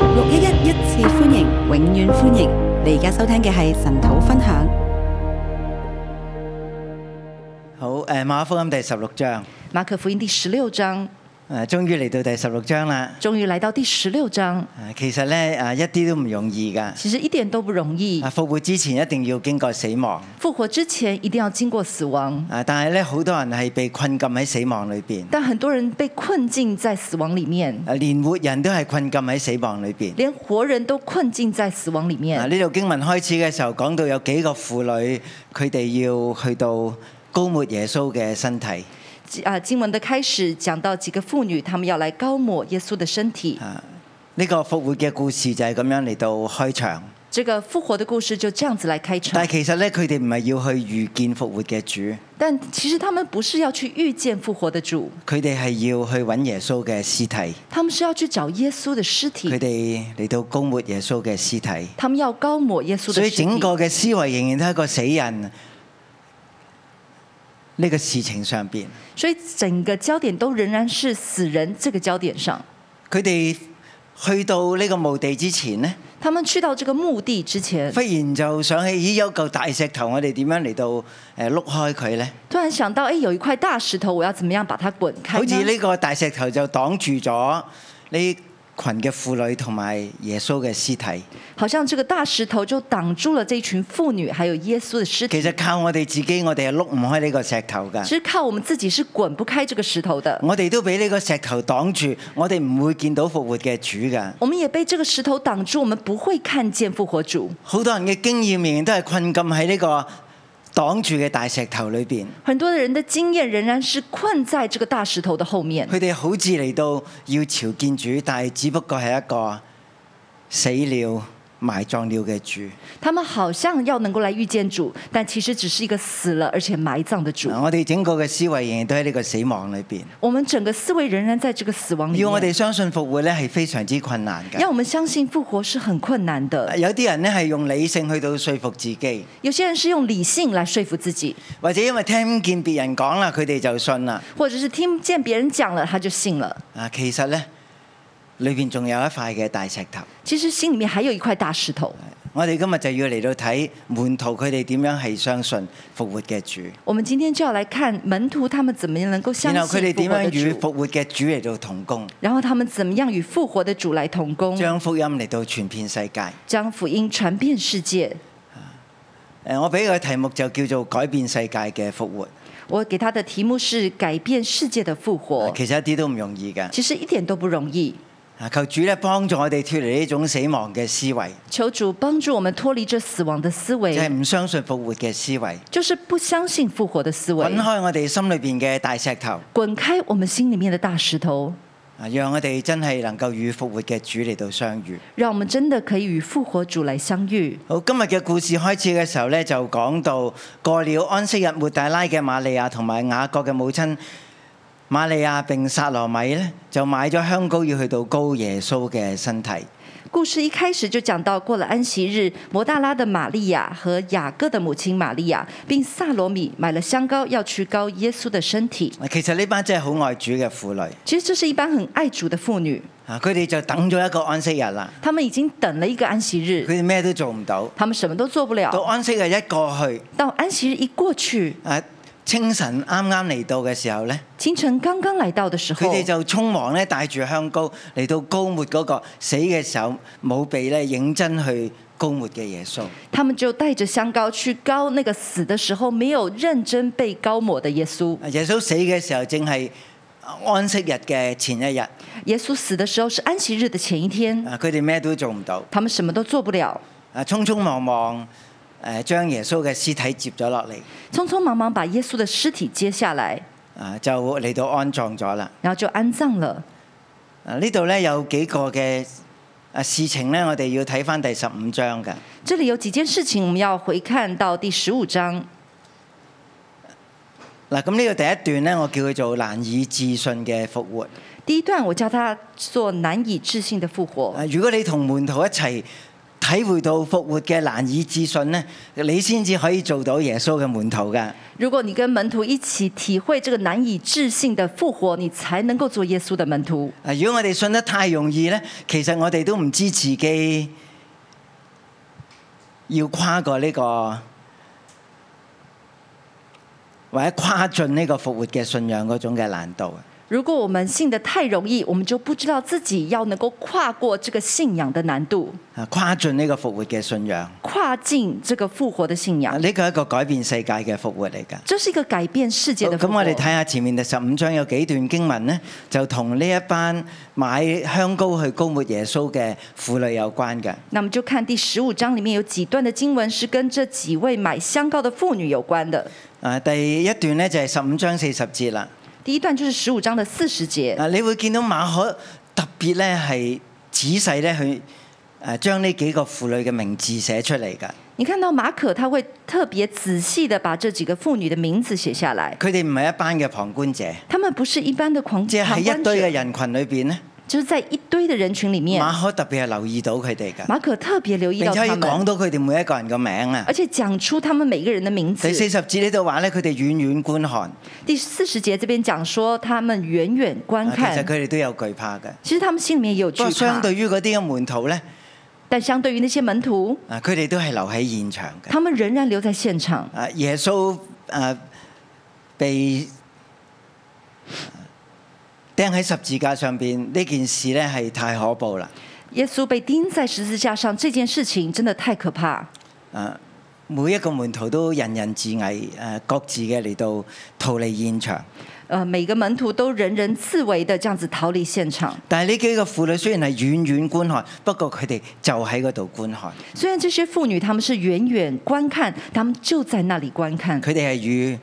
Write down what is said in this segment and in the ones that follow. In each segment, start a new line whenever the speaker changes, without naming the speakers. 六一一一次歡迎，永遠歡迎！你而家收聽嘅係神土分享。
好，誒、馬可福音第十六章，誒、
马可福音第十六章，
終於嚟到第十六章啦。
终于来到第十六章，
誒其實咧，誒、一啲都唔容易㗎。
其实一點都不容易
啊，。復活之前一定要經過死亡。
復活之前一定要經過死亡，
啊，但係咧，好多人係被困禁喺死亡裏邊。
但很多人被困境在死亡里面，
啊，連活人都係困禁喺死亡裏邊。
連活人都困境在死亡里
啊，
面。
呢度經文開始嘅時候講到有幾個婦女，佢哋要去到高抹耶穌嘅身體。
啊，經文的開始講到幾個婦女，她們要來高抹耶穌的身體。
啊，呢、個復活嘅故事就係咁樣嚟到開場。
這個復活的故事就這樣子來開
但係。
場
其實咧，佢哋唔係要去遇見復活嘅主。
但其實他們不是要去遇見復活的主，
佢哋係要去揾耶穌嘅屍體，
他們是要去找耶穌的
佢
屍體，
哋嚟到高抹耶穌嘅屍體，
他們要高抹耶穌的
所以
屍體。
整個嘅思維仍然都喺個死人呢個事情上邊。
所以整個焦點都仍然是死人這個焦點上。
佢哋去到呢個墓地之前呢，
他們去到這個墓地之前
忽，然就想起咦有嚿大石頭，我哋點樣嚟到誒碌開佢呢？
突然想到，哎，有一塊大石頭，我要怎麼樣把它滾
好
開
似
呢？
呢個大石頭就擋住咗呢群嘅婦女同埋耶穌嘅屍體。
好像這個大石頭就擋住了這群婦女，還有耶穌的屍體。
其實靠我哋自己，我哋係碌唔開呢個石頭㗎。
其實靠我們自己是滾不開這個石頭的，
我哋都俾呢個石頭擋住，我哋唔會見到復活嘅主㗎。
我們也被這個石頭擋住，我們不會看見復活主。
好多人嘅經驗仍然都係困禁喺呢個擋住嘅大石頭裏邊，
很多人的經驗仍然是困在這個大石頭的後面，
佢哋好似嚟到要朝見主，但係只不過係一個死了埋葬了嘅主。
他們好像要能夠來遇見主，但其實只是一個死了而且埋葬的主。
嗱我哋整個嘅思維仍然都喺呢個死亡裏邊，
我們整個思維仍然在這個死亡裡面。
要我哋相信復活咧係非常之困難
要
㗎。
我們相信復活是很困難的。
有啲人呢係用理性去到說服自己，
有些人是用理性來說服自己，
或者因為聽見別人講啦，佢哋就信啦。
或者是聽見別人講了他就信了。
啊，其實呢，裏邊仲有一塊嘅大石頭。
其實心裡面還有一塊大石頭。
我哋今日就要嚟到睇門徒佢哋點樣係相信復活嘅主，
我們今天就要來看門徒他們怎麼樣能夠相
然後佢哋
信復
點
活的
樣與
主，
復活嘅主嚟到同工，
然後他們怎麼樣與復活的主來同工，
將福音嚟到傳遍世界。誒、
將福音傳遍世界。
我俾個題目就叫做改變世界嘅復活。
我給他的題目是改變世界的復活，
啊其實一啲都唔容易㗎。
其實一點都不容易。
啊，求主咧幫助我哋脱離呢種死亡嘅思維，
求主幫助我們脫離這死亡的思
就係
維，
唔相信復活嘅思維，
就是不相信復活的思
滾
維。
開我哋心裏邊嘅大石頭，
滾開我們心裡面的大石頭，
啊，讓我哋真係能夠與復活嘅主嚟到相遇。
讓我們真的可以與復活主來相遇。
好，今日嘅故事開始嘅時候咧，就講到過了安息日，抹大拉嘅瑪利亞同埋雅各嘅母親瑪利亞並撒羅米咧，就買咗香膏要去到高耶穌嘅身體。
故事一開始就講到，過了安息日，摩大拉的瑪利亞和雅各的母親瑪利亞，並撒羅米買了香膏，要去膏耶穌的身體。
其實呢班真係好愛主嘅婦女
其實這是一班很愛主的婦女，
啊！佢哋就等咗一個安息日啦，
她們已經等了一個安息日，
佢哋咩都做唔到。
她們什麼都做不
到
了。
安息日一過去，
到安息日一過去，
啊清晨啱啱嚟到嘅時候咧，
清晨剛剛來到的時
佢
候，
哋就匆忙咧帶住香膏嚟到高抹嗰個死嘅時候冇被咧認真去高抹嘅耶穌。
他們就帶着香膏去膏那個死的時候沒有認真被膏抹的耶穌。
啊耶穌死嘅時候正係啊安息日嘅前一日，啊
耶穌死的時候是安息日的前一天，
佢哋咩都做唔到，
他們什麼都做不了，
啊匆匆忙忙誒將耶穌嘅屍體接咗落嚟，
匆匆忙忙把耶穌的屍體接下來，
啊就嚟到安葬咗啦。
然後就安葬了。
啊呢度咧有幾個嘅啊事情咧，我哋要睇翻第十五章㗎。
這裡有幾件事情我們要回看到第十五章。
嗱咁呢個第一段咧，我叫佢做難以置信嘅復活。
第一段我叫它做難以置信的復活。
啊如果你同門徒一齊睇體會到復活嘅難以置信呢，你先至可以做到耶穌嘅門徒㗎。
如果你跟门徒一起体会这个难以置信的复活，你才能够做耶稣的门徒。
啊如果我哋信得太容易呢，其實我哋都唔知自己要跨過呢、個或者跨進呢個復活嘅信仰嗰種嘅難度。啊
如果我们信得太容易，我们就不知道自己要能够跨过这个信仰的难度，
啊，跨進呢個復活嘅信仰，
跨进这个复活的信
啊
仰。
呢個係一個改變世界嘅復活嚟㗎。
这是一个改变世界
好
的复
哦咁
活。
我哋睇下前面第十五章有幾段經文呢，就同呢一班買香膏去高抹耶穌嘅婦女有關嘅。
那我们就看第十五章里面有几段的经文是跟这几位买香膏的妇女有关的。
啊，第一段呢，就係十五章四十節啦。
第一段就是十五章的四十节，
啊，你會見到馬可特別咧係仔細咧去誒將呢幾個婦女嘅名字寫出嚟㗎。
你看到马可他会特别仔细的把这几个妇女的名字写下来，
佢哋唔係一班嘅旁觀者，
他们不是一般的狂
即係喺
旁观
一堆啊
者
嘅人群裏邊咧，
就是在一堆的人群里面，
馬可特別係留意到佢哋㗎，
马可特别留意
並
到
且可以
他
講
们，
到佢哋每一個人嘅名啊
而。且讲出他们每个人的名字
第。四十節呢度話咧，佢哋遠遠觀看，啊
第四十节这边讲说，他们远远观
其實
看，
佢哋都有懼怕嘅。
其实他们心里面也有
不
惧
過
怕
相，對於嗰啲嘅門徒咧，
但相对于那些门徒，
啊佢哋都係留喺現場嘅。
他们仍然留在现场。
啊，耶穌啊被啊釘喺十字架上邊呢件事咧係太可怖啦！
耶稣被钉在十字架上这件事情真的太可怕，
啊，每一個門徒都人人自危，誒、各自嘅嚟到逃離現場。
呃，每个门徒都人人自危的这样子逃离现场。
但係呢幾個婦女雖然係遠遠觀看，不過佢哋就喺嗰度觀看，
虽然这些妇女她们是远远观看，她们就在那里观看，
佢哋係與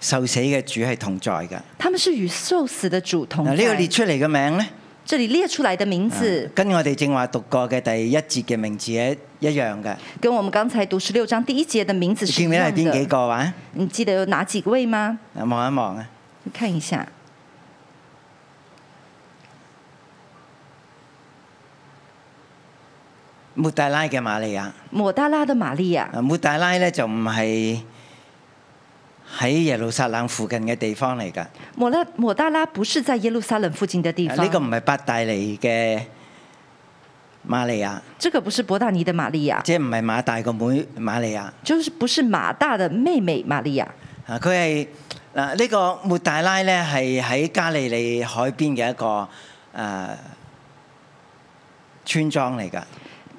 受死嘅主係同在嘅。
她们是与受死的主啊同
嗱，呢個列
在。
出嚟嘅名呢，啊
这里列出来的名字，
跟我哋正話讀過嘅第一節嘅名字一一樣嘅。
跟我们刚才读十六章第一节的名字
你
是
見
一
唔見
样
係邊幾
的。
個啊話？
你记得有哪几位吗？
啊望一望啊！
你看一下，
抹大拉嘅瑪利亞，
抹大拉的玛利亚，
啊抹大拉咧就唔係喺耶路撒冷附近嘅地方嚟㗎，啊
抹拉抹大拉不是在耶路撒冷附近的地
呢個
方，
唔係伯大尼嘅瑪利亞，
这个不是伯大尼的玛利亚，
即係唔係馬大個妹瑪利亞，
就是不是马大的妹妹玛利亚。
啊佢係嗱呢個抹大拉咧係喺加利利海邊嘅一個誒、啊村莊嚟㗎，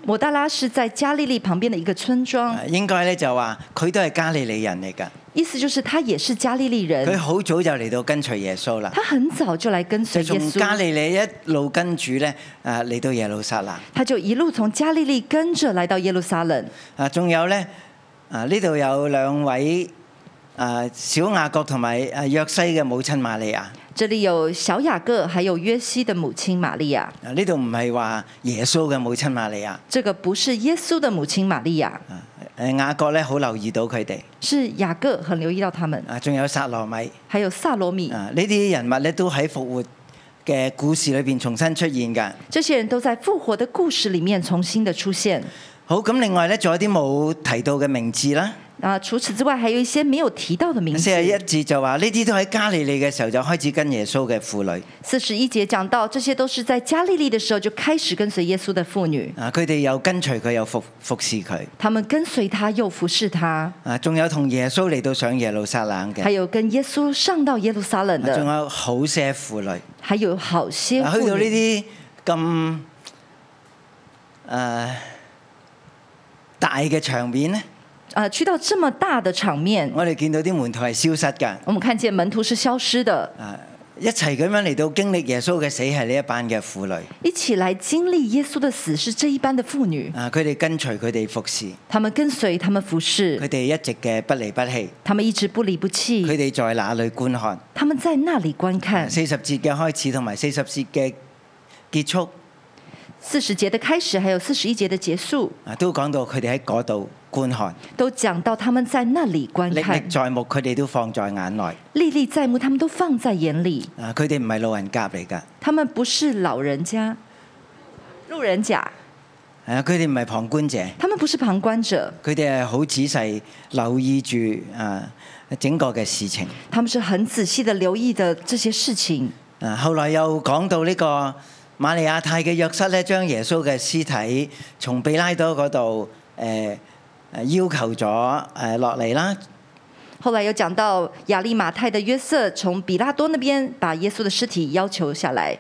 抹大拉是在加利利旁边的一个村庄
啊，應該咧就話佢都係加利利人嚟㗎，
意思就是她也是加利利
佢
人，
好早就嚟到跟隨耶穌啦。
她很早就来跟随
就
耶
從加
稣，
利利一路跟住咧，誒嚟到耶路撒冷。
她就一路从加利利跟着来到耶路撒冷。
啊，仲有咧，啊呢度有兩位啊小雅各同埋啊約西嘅母親瑪利亞。
这里有小雅各，还有约西的母亲玛利亚。
啊呢度唔係話耶穌嘅母親瑪利亞。
这个不是耶稣的母亲玛利亚，
啊誒雅各咧好留意到佢哋。
是雅各很留意到他们，
啊，仲有撒羅米。
还有萨罗米，
啊呢啲人物咧都喺復活嘅故事裏邊重新出現㗎。
这些人都在复活的故事里面重新的出现。
好，咁另外咧仲有啲冇提到嘅名字啦。
啊，除此之外，还有一些没有提到的名字
四。十一節就話呢啲都喺加利利嘅時候就開始跟耶穌嘅婦女。
四十一节讲到，这些都是在加利利的时候就开始跟随耶稣的妇女，
啊！佢哋又跟隨佢，又服服侍佢。
他们跟随他又服侍他。
啊，仲有同耶穌嚟到上耶路撒冷嘅，啊
还有跟耶稣上到耶路撒冷
仲
的，
有好些婦女。啊
还有好些妇
去到呢啲
女。
咁誒大嘅場面咧，
啊，去到这么大的场面，
我哋見到啲門徒係消失㗎。
我们看見门徒是消失的，
啊，一齊咁樣嚟到經歷耶穌嘅死係呢一班嘅婦女。
一起来经历耶稣的死是这一班的妇女，
啊，佢哋跟隨佢哋服侍，
他们跟随，他们服
佢
侍，
哋一直嘅不離不棄。
他们一直不离不
佢
弃，
哋在那裏觀看。
他们在那里观看。
四十節嘅開始同埋四十節嘅結束
四十节的开始，还有四十一节的结束，
啊，都講到佢哋喺嗰度觀看。
都講到他们在那里观
歷歷
看，
在目，佢哋都放在眼內。
历历在目，他们都放在眼里。
啊，佢哋唔係路人甲嚟㗎，
他们不是老人家、路人甲，
係啊，佢哋唔係旁觀者，
他们不是旁观者，
佢哋係好仔細留意住啊整個嘅事情。
他们是很仔细的留意的这些事情。
啊，後來又講到呢個瑪利亞太嘅約瑟咧，將耶穌嘅屍體從比拉多嗰度誒誒要求咗誒落嚟啦。
后来又讲到亚利马泰的约瑟从比拉多那边把耶稣的尸体要求下来，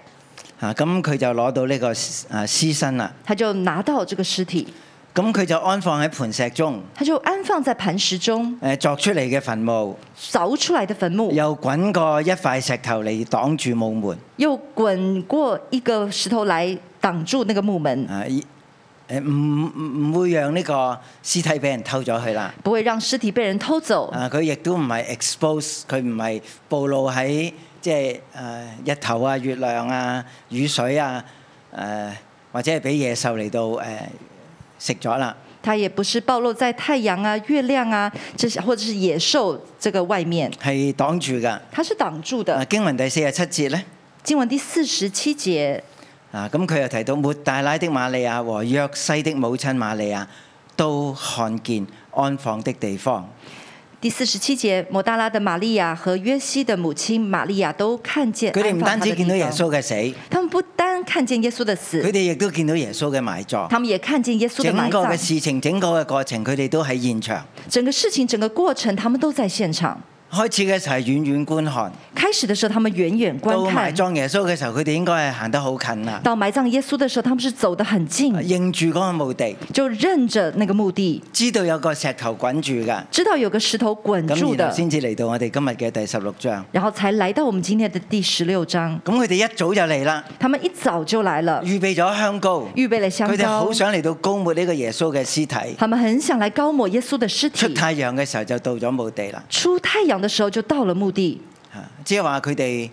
啊，咁佢就攞到呢個啊屍身啦。
他就拿到这个尸体，
咁佢就安放喺磐石中，
他就安放在磐石中
誒鑿出嚟嘅墳墓，
凿出来的墳墓，
又滾過一塊石頭嚟擋住墓門。
又滚过一个石头来挡住那个木门，
啊，以誒唔唔唔會讓呢個屍體俾人偷咗去啦。
不会让尸体被人偷走。
啊，佢亦都唔係 expose，佢唔係暴露喺即係誒日頭啊、月亮啊、雨水啊，誒、或者係俾野獸嚟到誒、食咗啦。
它也不是暴露在太阳啊、月亮啊，这些或者是野兽这个外面，
係擋住㗎。
它是擋住
啊，
的。
經文第四十七節咧，
经文第四十七节，
啊，咁佢又提到抹大拉的瑪利亞和約西的母親瑪利亞都看見安放的地方。
第四十七节，摩大拉的玛利亚和约西的母亲玛利亚都看见
佢哋唔
安
單
放他
止
的
見到
地
耶
方，
穌嘅死，佢
他们不单看见耶稣的死，
哋亦都見到耶穌嘅埋葬。
他们也看见耶稣的
整
埋
個
葬
嘅。事情、整個嘅過程，佢哋都喺現場。
整个事情、整个过程，他们都在现场。
開始嘅時候係遠遠觀看，
开始的时候，他们远远观
到埋
看；
葬耶穌嘅時候，佢哋應該係行得好近啦，
到埋葬耶稣的时候，他们是走得很近，
認住嗰個墓地，
就认着那个墓地，
知道有個石頭滾住㗎。
知道有个石头滚住
咁然
的
後。先至嚟到我哋今日嘅第十六章。
然后才来到我们今天的第十六章。
咁佢哋一早就嚟啦，
他们一早就来了，
預備咗香膏，
预备了
佢
香
哋
膏
好，想嚟到高抹呢個耶穌嘅屍體。
他们很想来高抹耶稣的尸
出
体。
太陽嘅時候就到咗墓地啦，
出太阳的时候就到了墓地，
嚇即係話佢哋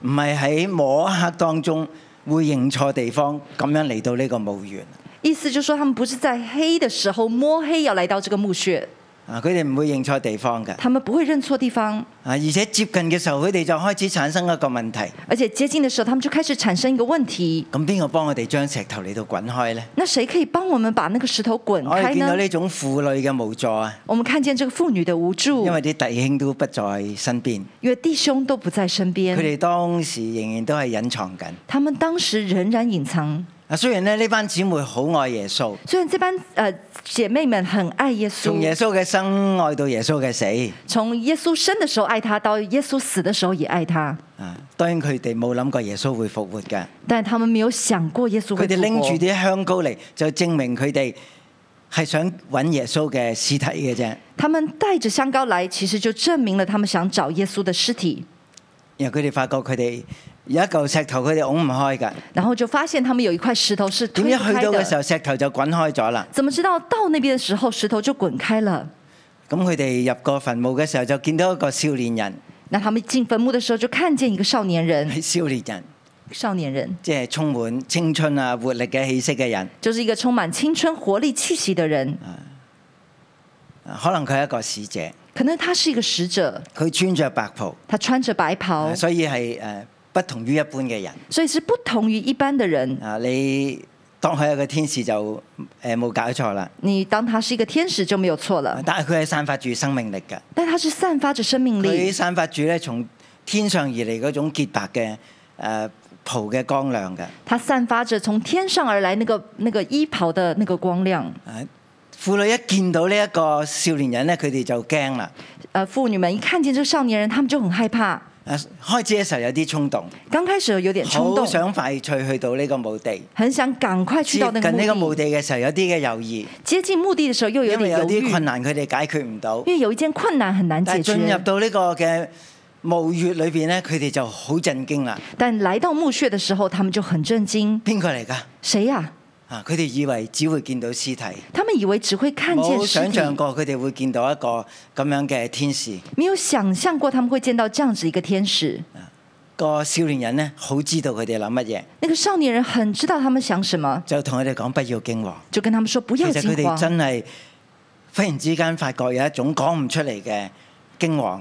唔係喺摸黑當中會認錯地方，咁樣嚟到呢個墓園。
意思就是说他们不是在黑的时候摸黑要来到这个墓穴，
啊，佢哋唔會認錯地方嘅。啊，
他们不会认错地方，
而且接近嘅時候，佢哋就開始產生一個問題。
而且接近的时候他们就開始產生一个问题：
咁邊個幫我哋將石頭嚟到滾開呢？
那谁可以幫我們把那个石头滾
我哋
開
見哎到
呢？
呢種婦女嘅無助啊，
我們看见这个妇女的无助，
因為啲弟兄都不在身邊，
因为弟兄都不在身
佢
边，
哋當時仍然都係隱藏緊。
他们当时仍然隱藏。
啊，雖然咧呢班姊妹好愛耶穌，
虽然這班呃姐妹們很愛耶穌
從，耶穌嘅生愛到耶穌嘅死，
从耶稣生的时候爱他，到耶稣死的时候也爱他，
啊，當然佢哋冇諗過耶穌會復活嘅。
但他们没有想过耶稣
佢
会
哋拎住
复活。
啲香膏嚟，就證明佢哋係想揾耶穌嘅屍體嘅啫。
他们带着香膏来，其实就证明了他们想找耶稣的尸体。
然後佢哋發覺佢哋有一嚿石頭，佢哋拱唔開㗎。
然后就发现他们有一块石頭是
點
推
一
不
去
开
到嘅時
的。
候，石頭就滾開咗啦。
怎么知道到那边的时候，石頭就滾開了？
咁佢哋入個墳墓嘅時候，就見到一個少年人，
那他们进墳墓的时候，就看见一个少年人，
係少年人，
少年人
即係充滿青春啊、活力嘅氣息嘅人。
就是一个充满青春活力氣息的人。
啊可能佢係一個使者，
可能他是一个使者，
佢穿着白袍，
他穿着白袍
啊，所以係誒不同於一般嘅人。
所以是不同于一般的人。
啊，你當佢係一個天使就誒冇搞錯啦。
你當他是一个天使就没有錯了。
但係佢係散發住生命力㗎。
但它是散发着生命
佢
力，
散發住咧從天上而嚟嗰種潔白嘅誒、呃袍嘅光亮嘅。
它散发着从天上而来那个那个衣袍的那个光亮。
誒啊婦女一見到呢一個少年人咧，佢哋就驚啦。
呃，妇女们一看见这个少年人，他们就很害怕。
誒啊開始嘅時候有啲衝動，
刚开始有点冲
好
动，
想快脆去到呢個墓地。
很想赶快去
接
到那
近呢
个
個
墓
墓
地。
地嘅時候，有啲嘅猶豫，
接近墓地的时候，又有
因為
点
有
犹豫，
啲困難佢哋解決唔到。
因为有一件困难很难
但
解
係進入
决。
到呢個嘅墓穴裏邊咧，佢哋就好震驚啦。
但来到墓穴的时候，他们就很震惊：
邊個嚟㗎？
谁呀、
啊！佢哋以為只會見到屍體，
他们以为只会看见
冇
尸
想
体，
象過佢哋會見到一個咁樣嘅天使。
没有想象过他们会见到这样子一个天使。
個少年人呢，好知道佢哋諗乜嘢，
那个少年人很知道他们想什么，
就同佢哋講不要驚惶。
就跟他们说：不
其
要
實佢
惊慌
哋。真係忽然之間發覺有一種講唔出嚟嘅驚惶，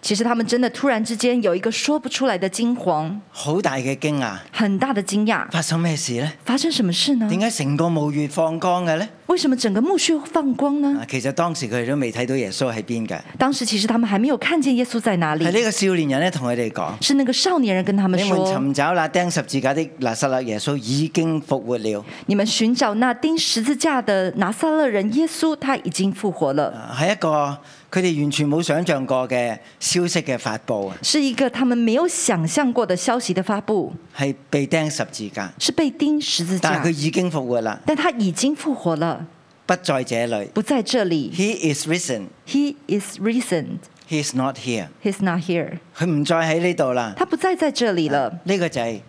其实他们真的突然之间有一个说不出来的惊惶，
好大嘅驚訝。
很大的惊讶。
發生咩事呢？
发生什么事呢？
點解成個墓穴放光嘅呢？
为什么整个墓穴放光呢？
啊，其實當時佢哋都未睇到耶穌喺邊嘅。
当时其实他们还没有看见耶稣在哪
係
里，
呢個少年人咧同佢哋講：
是那个少年人跟他们
你們
说
尋找那釘十字架的拿撒勒耶穌已經復活了。：“
你们寻找那钉十字架的拿撒勒人耶稣，他已经复活了。
啊係一個佢哋完全冇想象過嘅消息嘅發布，”
是一个他们没有想象过的消息的发布，
係被釘十字架，
是被钉十字
但
架
係佢，已經復活啦，
但他已经复活了，
不在這裡。
不在这里。
He is risen,
He is risen,
he is not here。
he's not here。
佢唔再喺呢度啦。
他不再在这里了，
呢個就係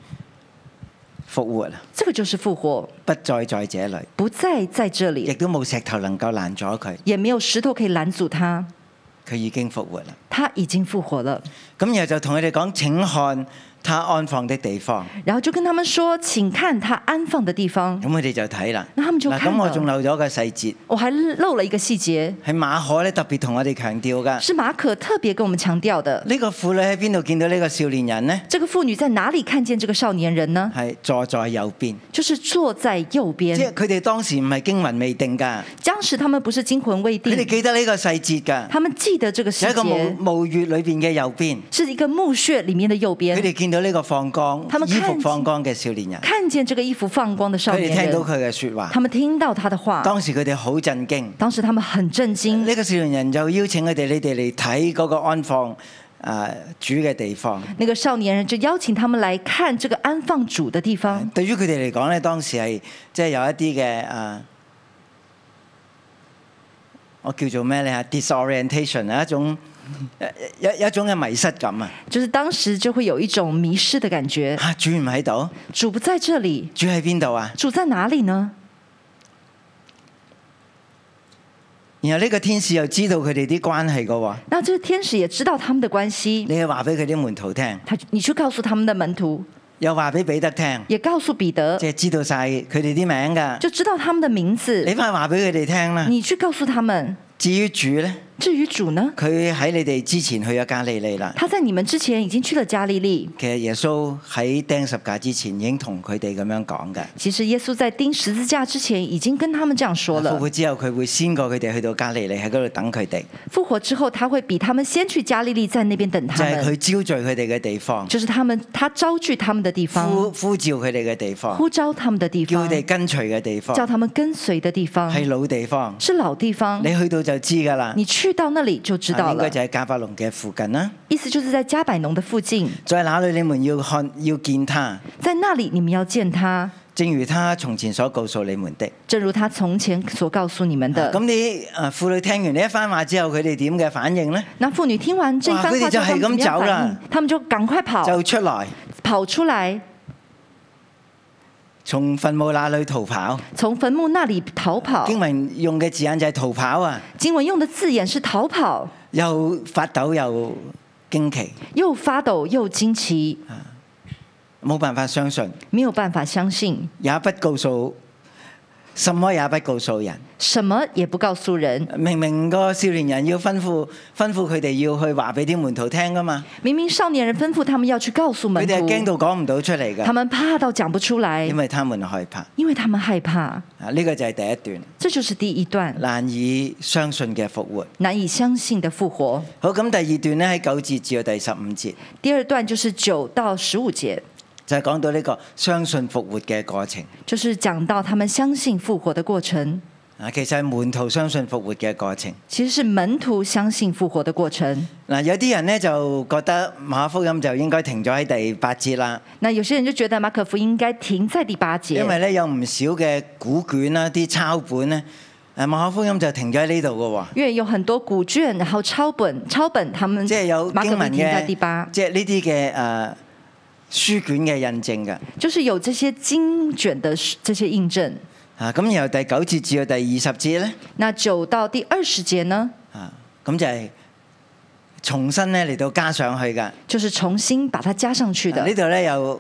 復活啦，
这个就是复活，
不再在這裡，
不再在这
亦
里，
都冇石頭能夠攔阻佢，
也没有石头可以拦阻他，
佢已經復活啦。
他已经复活了。
咁然後就同佢哋講：請看他安放的地方。
然后就跟他们说：“請看他安放的地方
咁。佢哋就睇啦。
那他們就
嗱，
看
咁我
了
仲漏咗個細節，”
我还漏了一个細節，
喺馬可咧特別同我哋強調噶。
是马可特別跟我们強調的。
呢個婦女喺邊度見到呢個少年人呢？
这个婦女在哪里看見这個少年人呢？
係坐在右邊，
就是坐在右
即係
邊。
佢哋當時唔係驚魂未定㗎，
當時他們不是惊魂未
佢哋
定，
記得呢個細節㗎。
他們記得這個
有一
細
個墓
節
墓穴裏邊嘅右邊，
是一個墓穴里面的右
佢
邊，
哋見到呢個放光
嗯他們
衣
看
服
見
放光嘅少年人，
看見這個衣服放光的少
佢哋
年
聽到
人，
佢嘅説話，
他們聽到他的話，
當時佢哋好震驚。
當時他們很震
呢、
驚。
個少年人就邀請佢哋，你哋嚟睇嗰個安放啊、主嘅地方。
那個少年人就邀請他們來看這個安放主的地方。
對於佢哋嚟講咧，當時係即係有一啲嘅啊，我叫做咩咧嚇？disorientation 啊，一種 有有一種嘅迷失感啊！
就是當時就會有一種迷失的感覺。
嚇、主唔喺度，
主不在這裡，
主喺邊度啊？
主在哪裡呢？
然後呢個天使又知道佢哋啲關係嘅喎，
那這個天使也知道他們的關係，
你去話俾佢啲門徒聽，
他你去告訴他們的門徒，
又話俾彼得聽，
也告訴彼得
即，係知道晒佢哋啲名 㗎。
就知道他們的名
你
字。
快話俾佢哋聽啦。
你去告訴他們。
至於主咧，
至於主呢，
佢喺你哋之前去咗加利利啦。
他在你們之前已經去了加利利。
其實耶穌喺釘十架之前已經同佢哋咁樣講嘅。
其實耶穌在釘十字架之前已經跟他們這樣說
復
了，
活之後，佢會先過佢哋去到加利利喺嗰度等佢哋，
復活之後他會比他們先去加利利，在那邊等
就
他
係佢
們，
招聚佢哋嘅地方，
就是他們他招聚他們的地
呼
方，
呼召佢哋嘅地方，
呼召他們的地
叫佢
方，
哋跟隨嘅地方，
叫他們跟隨的地方，
係老地方。
是老地方。
你去到就知㗎啦，
你去到那里就知道
應該
了。
就喺加百隆嘅附近啦。
意思就是在加百农的附近，
在那裏你們要看要見他，
在那里你们要见他，
正如他從前所告訴你們的。
正如他从前所告诉你们的。
啊咁你誒婦女聽完呢一番話之後，佢哋點嘅反應呢？
那妇女听完这番
哇
话
佢哋就
之后，
係咁
他们怎么样
走啦
反应？他们就赶快跑，
就出來
跑出来，
從墳墓那裏逃跑。
从坟墓那里逃跑。
經文用嘅字眼就係逃跑啊，
经文用的字眼是逃跑，
又發抖又驚奇。
又发抖又惊奇，
啊冇辦法相信，
没有办法相信，
也不告訴，什麼也不告訴人。
什么也不告诉人。
明明個少年人要吩咐吩咐佢哋要去話俾啲門徒聽噶嘛，
明明少年人吩咐他们要去告诉
佢
门
哋係驚
徒，
到講唔到出嚟
他
㗎，
们怕到讲不出来
因，為他們害怕。
因为他们害怕。
啊，呢個就係第一段
这就是第一段。
難以相信嘅復活。
难以相信的复活。
好，咁第二段呢，喺九節至到第十五節
第二段就是九到十五节，
就係、講到呢個相信復活嘅過程。
就是讲到他们相信复活的过程，
啊，其實係門徒相信復活嘅過程。
其实是门徒相信复活的过程。
嗱，有啲人呢，就覺得馬可福音就應該停咗喺第八節啦。
那有些人就觉得马可福音应该停在第八节
因，為咧有唔少嘅古卷啦、啲抄本咧，誒馬可福音就停咗喺呢度嘅
因为有很多古卷，然后抄本，抄本他们
喎，即係有
马可
經
福
文
音停在第八
嘅，，即係呢啲嘅呃誒書卷嘅印證嘅。
就是有这些经卷的这些印证。
啊，咁然後第九節至到第二十節咧，
那九到第二十节呢，
啊，咁就係重新咧嚟到加上去㗎。啊啊
就是重新把它加上去
呢
的。
度咧有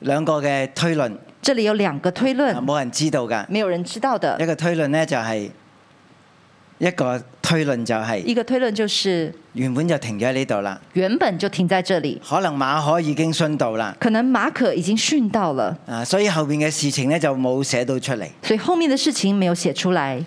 兩個嘅推論，
这里有两个推
啊
论，
冇人知道㗎。
没有人知道的。
一個推論咧就係、一個推論就係、
一个推论就是，
原本就停咗喺呢度啦，
原本就停在这里，
可能馬可已經殉道啦，
可能马可已经殉道了，
啊，所以後邊嘅事情咧就冇寫到出嚟。
所以后面的事情没有写出来。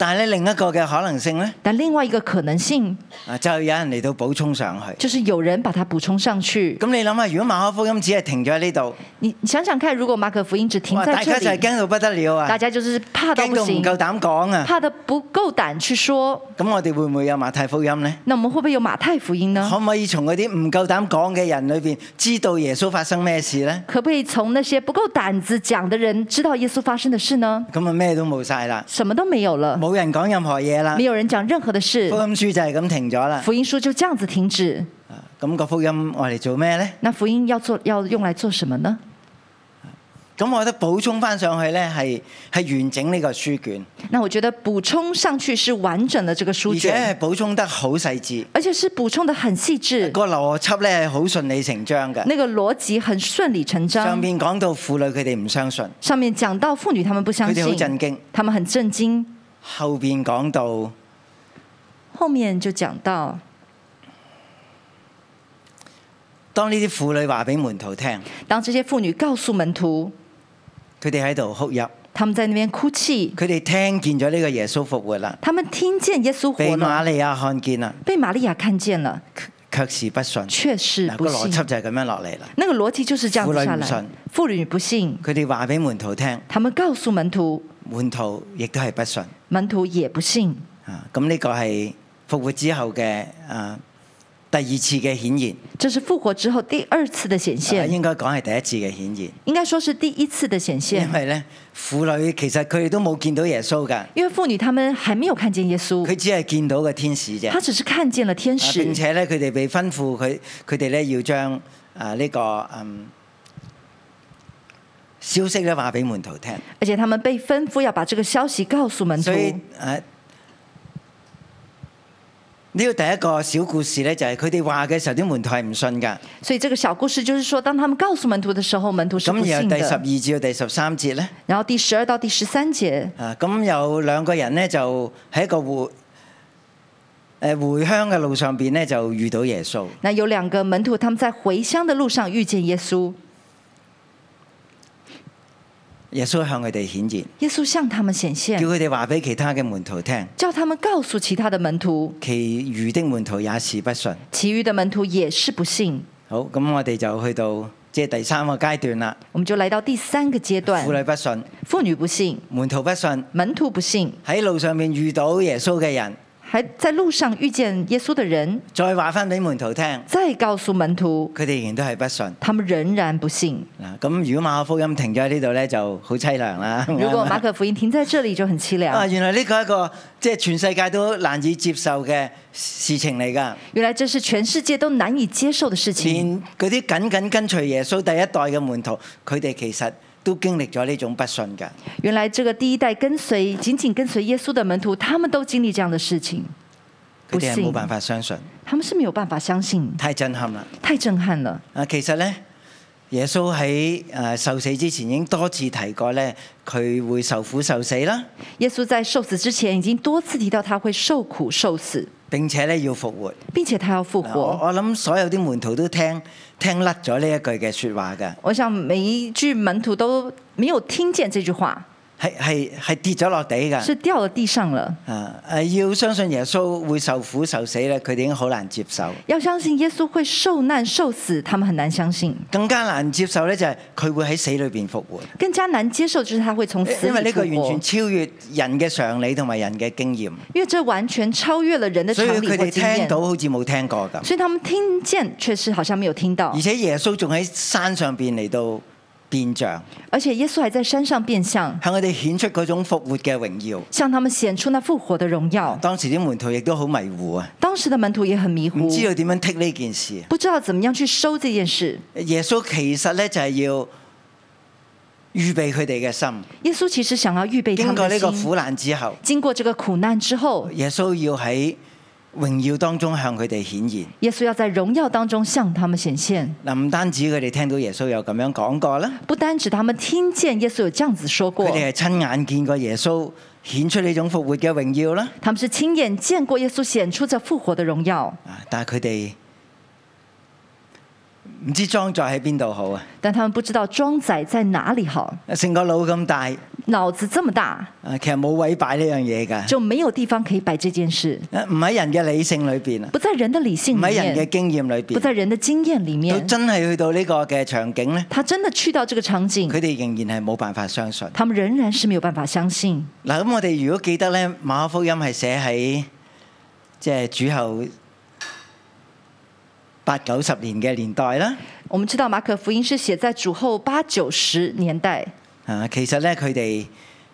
但係咧另一個嘅可能性咧，
但另外一个可能性
啊就有人嚟到補充上去。
就是有人把它补充上去。
咁你諗下，如果馬可福音只係停咗喺呢度，
你你想想看，如果马可福音只停
哇！
在
大家就
这
係
里，
驚到不得了
大
啊，
家就是怕到
驚
不
到唔
行，
夠膽講啊。
怕的不够胆去说。
咁我哋會唔會有馬太福音呢？
那我们會不會有馬太福音呢
可？唔可以從嗰啲唔夠膽講嘅人裏邊知道耶穌發生咩事呢？
可不可以從那些不夠膽子講的人知道耶穌發生的事呢？
咁啊咩都冇晒啦，
什麼都沒有了，
冇人講任何嘢啦
沒，有人講任何的事
福，音書就係咁停咗啦。
福音書就這樣子停止。
咁、個福音我嚟做咩呢？
那福音要做要用來做什麼呢？
咁我覺得補充翻上去呢，係係完整呢個書卷，
那我覺得補充上去是完整的這個
而
書
且
卷，
係補充得好細緻，
而且是補充的很細緻，
個邏輯呢係好順理成章嘅。
那個邏輯很順理成
上
章。
面講到婦女佢哋唔相信，
上面講到婦女她們不相
佢哋好
信，
震驚。
她們很震驚。
後邊講到
後面就講到，
當呢啲婦女話俾門徒聽，
當這些婦女告訴門徒，
佢哋喺度哭泣，佢
她們在那邊哭泣，
哋聽見咗呢個耶穌復活啦，
他们听见耶稣
被
活
瑪
了，
利亞看見啦，
被玛利亚看见了，
卻是不信。
确实
嗱
不
個邏輯
信。
就係咁樣落嚟啦。
那个逻辑就是这样子下
妇女
来
不信。
妇女不信，
佢哋話俾門徒聽，
他们告訴门徒，
門徒亦都係不信
门徒也不信。
啊。咁呢個係復活之後嘅啊第二次嘅顯現，
这是复活之后第二次的显
啊、
现，
應該講係第一次嘅顯現，
应该说是第一次的显
因
现，
為呢，婦女其實佢哋都冇見到耶穌㗎，
因为妇女她们还没有看见耶稣
佢，只係見到個天使啫。
她哦只是看见了天
啊、
使
並，且咧，佢哋被吩咐佢佢哋咧要將啊呢、個嗯消息咧話俾門徒聽，
而且他们被吩咐要把这个消息告诉门徒
所。以誒呢個第一個小故事咧，就係佢哋話嘅時候，啲門徒係唔信㗎。
所以这个小故事就是说，当他们告诉门徒的时候，门徒是不
咁然後
信
第十
的。
二至到第十三節咧，
然后第十二到第十三节，
啊咁有兩個人咧就喺一個回誒回鄉嘅路上邊咧就遇到耶穌。
那有两个门徒，他们在回乡的路上遇见耶稣，
耶穌向佢哋顯現，
耶稣向他们显
叫
现，
佢哋話俾其他嘅門徒聽，
叫他们告诉其他的门徒，
其餘的門徒也是不信。
其余的门徒也是不信。
好，咁我哋就去到即係第三個階段啦。
我们就来到第三个阶段
婦，女不信，
妇女不信，
門徒不信，
门徒不信，
喺路上面遇到耶穌嘅人，
还在路上遇见耶稣的人，
再話翻俾門徒聽，
再告诉门徒，
佢哋仍然都係不信。
他们仍然不信。
嗱，咁如果馬可福音停咗喺呢度咧，就好凄涼啦。
如果马可福音停在这里，就很凄
啊，
凉。
原來呢個係一個即係全世界都難以接受嘅事情嚟㗎，
原来这是全世界都难以接受的事情，
連嗰啲緊緊跟隨耶穌第一代嘅門徒，佢哋其實都經歷咗呢種不信㗎。
原来这个第一代跟随紧紧跟随耶稣的门徒，他们都经历这样的事情，
佢哋係
不
冇
信
辦法相信，
他们是没有办法相信，
太震撼啦！
太震撼了。
啊，其實咧，耶穌喺誒受死之前已經多次提過咧，佢會受苦受死啦，
耶稣在受死之前已经多次提到他会受苦受死，
並且咧要復活。
并且他要复
嗱我
活。
我諗所有啲門徒都聽聽甩咗呢一句嘅説話㗎，
我想每一句门徒都没有听见这句话，
係係係跌咗落地㗎。
是掉到地上了。
啊誒，要相信耶穌會受苦受死咧，佢哋已經好難接受。
要相信耶稣会受难受死，他们很难相信，
更加難接受咧，就係佢會喺死裏邊復活，
更加难接受就是他会从死
因為
里
呢個
复
完全
活，
超越人嘅常理同埋人嘅經驗，
因为这完全超越了人的
所
常
以
理
佢
或
哋
经验
聽。到好似冇聽過咁。
所以他们听见，却是好像没有听到
而。且耶穌仲喺山上邊嚟到變像，
而且耶穌还在山上变相，
向佢哋顯出嗰種復活嘅榮耀。
向他们顯出那复活的荣耀。
當時啲門徒亦都好迷糊啊，
当时的门徒也很迷
唔
糊，
知道點樣剔呢件事。
不知道怎么样去收这件事。
耶穌其實呢，就係要預備佢哋嘅心，
耶稣其实想要预备他
經
们
過
的
呢個
心，
苦難之後，
经过这个苦难之后，
耶穌要喺榮耀當中向佢哋顯現。
耶稣要在荣耀当中向他们显现。
嗱，唔單止佢哋聽到耶穌有咁樣講過啦，
不单指他们聽見耶穌有這樣子說
佢
過，
哋係親眼見過耶穌顯出呢種復活嘅榮耀啦。
他們是親眼見過耶穌顯出這復活的榮耀，
啊，但係佢哋唔知裝載喺邊度好啊！
但他們不知道裝載在哪裡好。
成個腦咁大，
腦子這麼大，
啊，其實冇位擺呢樣嘢㗎，
就沒有地方可以擺這件事，
啊唔喺人嘅理性裏邊啊，
不在人的理性
唔
裡
喺人嘅
面，
經驗裏
不
邊。
在人的經驗裡
到
面。
真係去到呢個嘅場景呢，
他真的去到這個場景，
佢哋仍然係冇辦法相信。
他們仍然是沒有辦法相信。
嗱，咁我哋如果記得呢，馬可福音係寫喺即係主後八九十年嘅年代啦。
我們知道馬可福音是寫在主後八九十年代，
啊，其實呢，佢哋